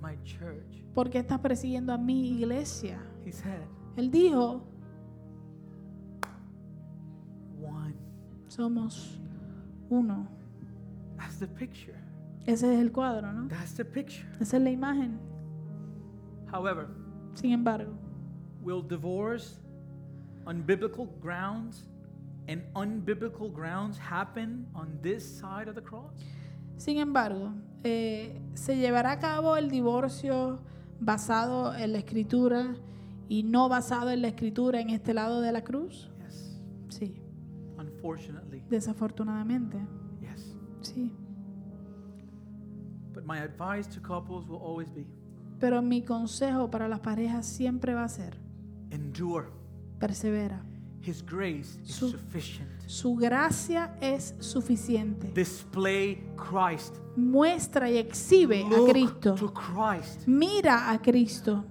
A: my church?
B: ¿por qué estás persiguiendo a mi iglesia?
A: He said,
B: Él dijo,
A: One.
B: somos uno.
A: That's the picture.
B: Ese es el cuadro, ¿no?
A: That's the picture.
B: Esa es la imagen.
A: However,
B: Sin embargo,
A: will divorce on biblical grounds and unbiblical grounds happen on this side of the cross?
B: sin embargo, eh, se llevará a cabo el divorcio basado en la escritura y no basado en la escritura en este lado de la cruz.
A: Yes.
B: Sí,
A: Unfortunately,
B: desafortunadamente,
A: yes.
B: sí.
A: But my advice to couples will always be
B: Pero mi consejo para las parejas siempre va a ser,
A: endure.
B: persevera.
A: His grace is
B: Su-
A: sufficient.
B: Su gracia es suficiente.
A: Display Christ.
B: Muestra y exhibe a
A: Look
B: Cristo.
A: to Christ
B: Mira a Cristo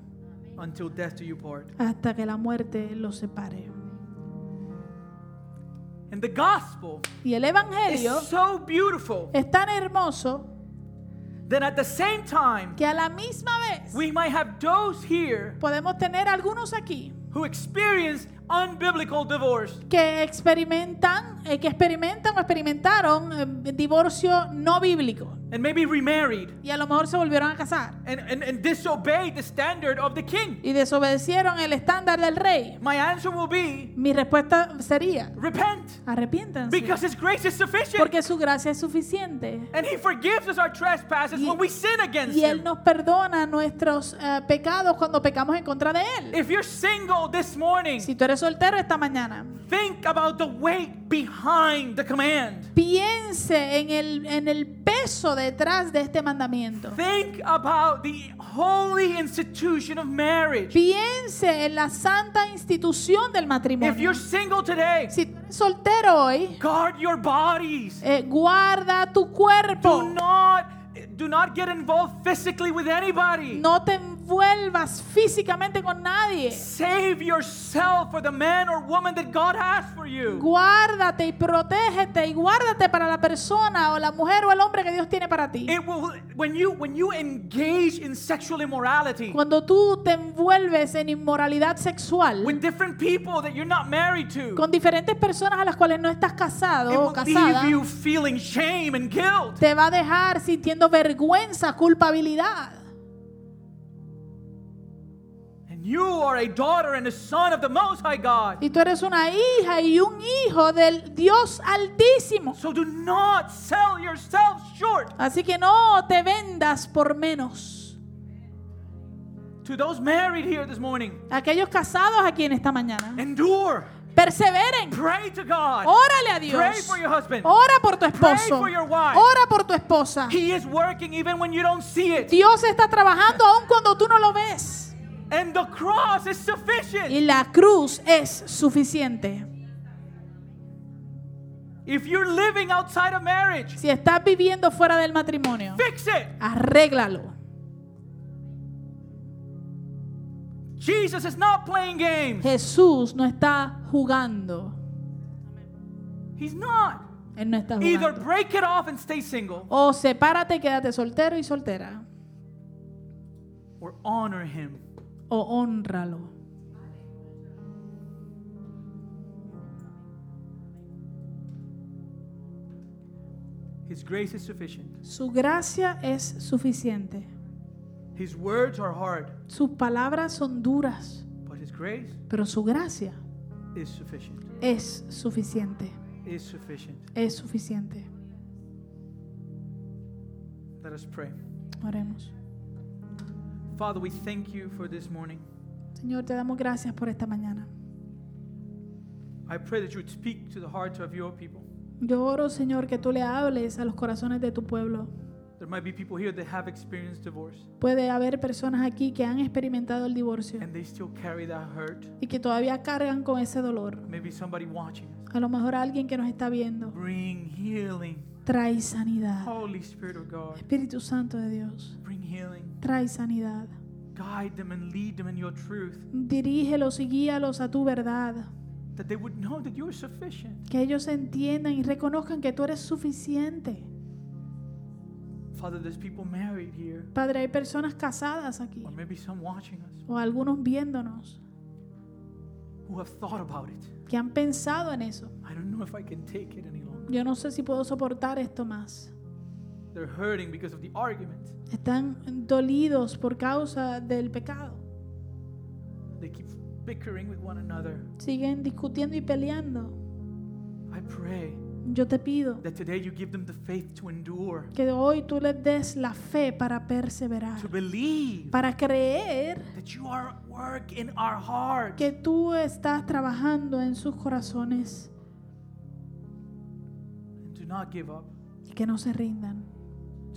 A: until death do you part.
B: hasta que la muerte los separe.
A: And the gospel
B: Y el Evangelio
A: is so beautiful
B: es tan hermoso
A: that at the same time,
B: que a la misma vez
A: we might have those here
B: podemos tener algunos aquí
A: who experience unbiblical divorce.
B: que experimentan, eh, que experimentan o experimentaron eh, divorcio no bíblico
A: and maybe remarried
B: y a lo mejor se volvieron a casar
A: and, and, and disobeyed the standard of the king.
B: y desobedecieron el estándar del rey.
A: My answer will be
B: Mi respuesta sería,
A: repent
B: arrepiéntanse,
A: because his grace is sufficient
B: porque su gracia es suficiente
A: and he forgives us our trespasses
B: Y-
A: when we sin against
B: y él
A: him.
B: nos perdona nuestros eh, pecados cuando pecamos en contra de él.
A: If you're single this morning,
B: Si tú eres soltero esta mañana,
A: think about the weight behind the command.
B: piense en el, en el peso detrás de este mandamiento.
A: Think about the holy institution of marriage.
B: Piense en la santa institución del
A: If
B: matrimonio.
A: you're single today,
B: Si tú eres soltero hoy,
A: guard your bodies.
B: eh, guarda tu
A: Do
B: cuerpo.
A: not do not get involved physically with anybody.
B: No te envuelvas físicamente con nadie.
A: Save yourself for the man or woman that God has for you.
B: Guárdate y protégete y guárdate para la persona o la mujer o el hombre que Dios tiene para ti.
A: It will when you when you engage in sexual immorality
B: Cuando tú te envuelves en inmoralidad sexual
A: with different people that you're not married to,
B: con diferentes personas a las cuales no estás
A: it
B: casado o
A: will
B: casada,
A: leave you feeling shame and guilt.
B: te va a dejar sintiendo vergüenza, culpabilidad.
A: And you are a daughter and a son of the Most High God.
B: Y tú eres una hija y un hijo del Dios Altísimo.
A: So do not sell yourself short
B: Así que no te vendas por menos.
A: to those married here this morning.
B: Aquellos casados aquí en esta mañana,
A: Endure.
B: perseveren.
A: Pray to God.
B: Órale a
A: Pray
B: Dios.
A: for your husband.
B: Ora por tu esposo.
A: for your wife.
B: Ora por tu esposa.
A: He is working even when you don't see it.
B: Dios está trabajando aun cuando tú no lo ves.
A: And the cross is sufficient.
B: Y la cruz es suficiente.
A: If you're living outside of marriage,
B: Si estás viviendo fuera del matrimonio,
A: fix it.
B: arréglalo.
A: Jesus is not playing games.
B: Jesús no está jugando.
A: He's not.
B: Él no está
A: Either
B: jugando.
A: break it off and stay single
B: O sepárate, quédate soltero y soltera.
A: or honor him.
B: O honralo.
A: His grace is sufficient.
B: Su gracia es suficiente.
A: His words are hard,
B: Sus palabras son duras,
A: but his grace
B: pero su gracia
A: is sufficient.
B: es suficiente.
A: Is sufficient.
B: Es suficiente.
A: Let us pray.
B: Oremos.
A: Father, we thank you for this morning.
B: Señor, te damos gracias por esta mañana.
A: I pray that you would speak to the hearts of your people.
B: Yo oro, Señor, que tú le hables a los corazones de tu pueblo.
A: There might be people here that have experienced divorce
B: Puede haber personas aquí que han experimentado el divorcio
A: and they still carry that hurt.
B: y que todavía cargan con ese dolor.
A: Maybe somebody watching us.
B: A lo mejor alguien que nos está viendo.
A: Bring healing.
B: Trae sanidad.
A: Holy Spirit of God,
B: Espíritu Santo de Dios,
A: bring healing.
B: trae sanidad.
A: Guide them and lead them in your truth.
B: Dirígelos y guíalos a tu verdad.
A: That they would know that you are sufficient.
B: Que ellos entiendan y reconozcan que tú eres suficiente.
A: Father, there's people married here,
B: Padre, hay personas casadas aquí
A: or maybe some watching us,
B: o algunos viéndonos
A: who have thought about it.
B: que han pensado en eso.
A: I don't know if I can take it any longer.
B: Yo no sé si puedo soportar esto más.
A: They're hurting because of the argument.
B: Están dolidos por causa del pecado.
A: They keep bickering with one another.
B: Siguen discutiendo y peleando.
A: I pray
B: Yo te pido
A: that today you give them the faith to endure,
B: que hoy tú les des la fe para perseverar,
A: to believe
B: para creer
A: that you are at work in our heart.
B: que tú estás trabajando en sus corazones
A: And do not give up,
B: y que no se rindan,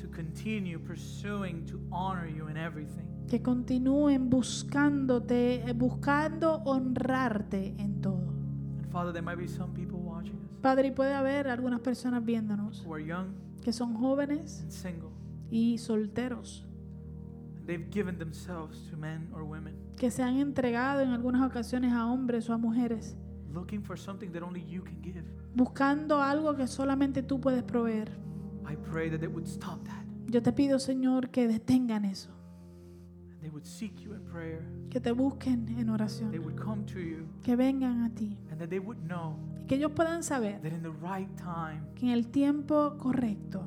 A: to continue pursuing to honor you in everything.
B: que continúen buscándote, eh, buscando honrarte en todo.
A: And Father, there might be some people watching us
B: Padre, y puede haber algunas personas viéndonos
A: who are young
B: que son jóvenes
A: and single,
B: y solteros,
A: and they've given themselves to men or women,
B: que se han entregado en algunas ocasiones a hombres o a mujeres,
A: looking for something that only you can give.
B: buscando algo que solamente tú puedes proveer.
A: I pray that they would stop that,
B: Yo te pido, Señor, que detengan eso,
A: and they would seek you in prayer,
B: que te busquen en
A: they
B: oración,
A: would come to you,
B: que vengan a ti
A: and that they would know
B: y que ellos puedan saber
A: that in the right time,
B: que en el tiempo correcto,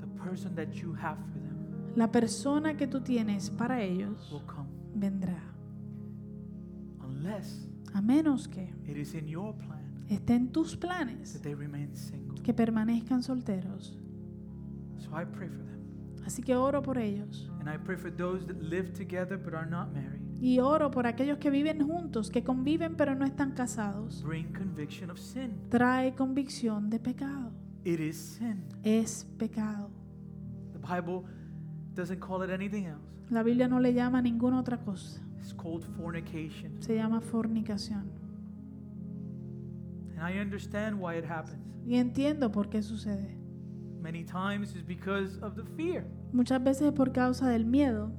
A: the person that you have for them
B: la persona que tú tienes para
A: will
B: ellos
A: come,
B: vendrá.
A: unless
B: A menos que
A: it is in your plan
B: esté en tus planes
A: that they remain single.
B: que permanezcan solteros.
A: So I pray for them,
B: Así que oro por ellos.
A: and I pray for those that live together but are not married.
B: Y oro por aquellos que viven juntos, que conviven pero no están casados.
A: Bring conviction of sin.
B: Trae convicción de pecado.
A: It is sin.
B: Es pecado.
A: The Bible doesn't call it anything else.
B: La Biblia no le llama ninguna otra cosa.
A: It's called fornication.
B: Se llama fornicación.
A: And I understand why it happens.
B: Y entiendo por qué sucede.
A: Many times it's because of the fear,
B: Muchas veces es por causa del miedo,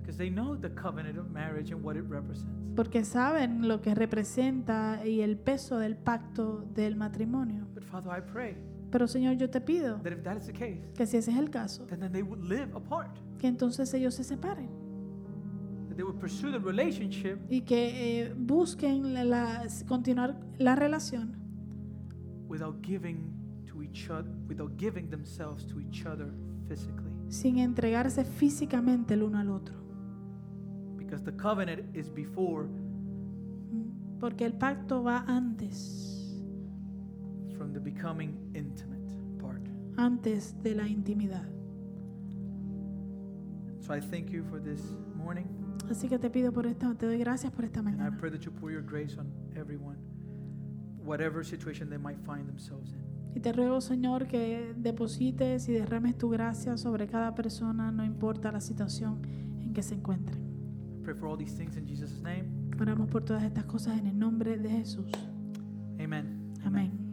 A: because they know the covenant of marriage and what it represents.
B: porque saben lo que representa y el peso del pacto del matrimonio.
A: But Father, I pray
B: Pero Señor, yo te pido
A: that if that is the case,
B: que si ese es el caso,
A: then, then they would live apart,
B: que entonces ellos se separen
A: that they would pursue the relationship
B: y que eh, busquen la- las- continuar la relación
A: without giving to each other, without giving themselves to each other physically.
B: sin entregarse físicamente el uno al otro.
A: Because the covenant is before,
B: Mm, Porque el pacto va antes,
A: from the becoming intimate part.
B: antes de la intimidad.
A: So I thank you for this morning.
B: Así que te pido por esta, te doy gracias por esta
A: And I
B: mañana.
A: pray that you pour your grace on everyone, whatever situation they might find themselves in.
B: Y te ruego, Señor, que deposites y derrames tu gracia sobre cada persona, no importa la situación en que se encuentre.
A: I pray for all these things in Jesus' name.
B: Oramos por todas estas cosas en el nombre de Jesús.
A: Amen.
B: Amén.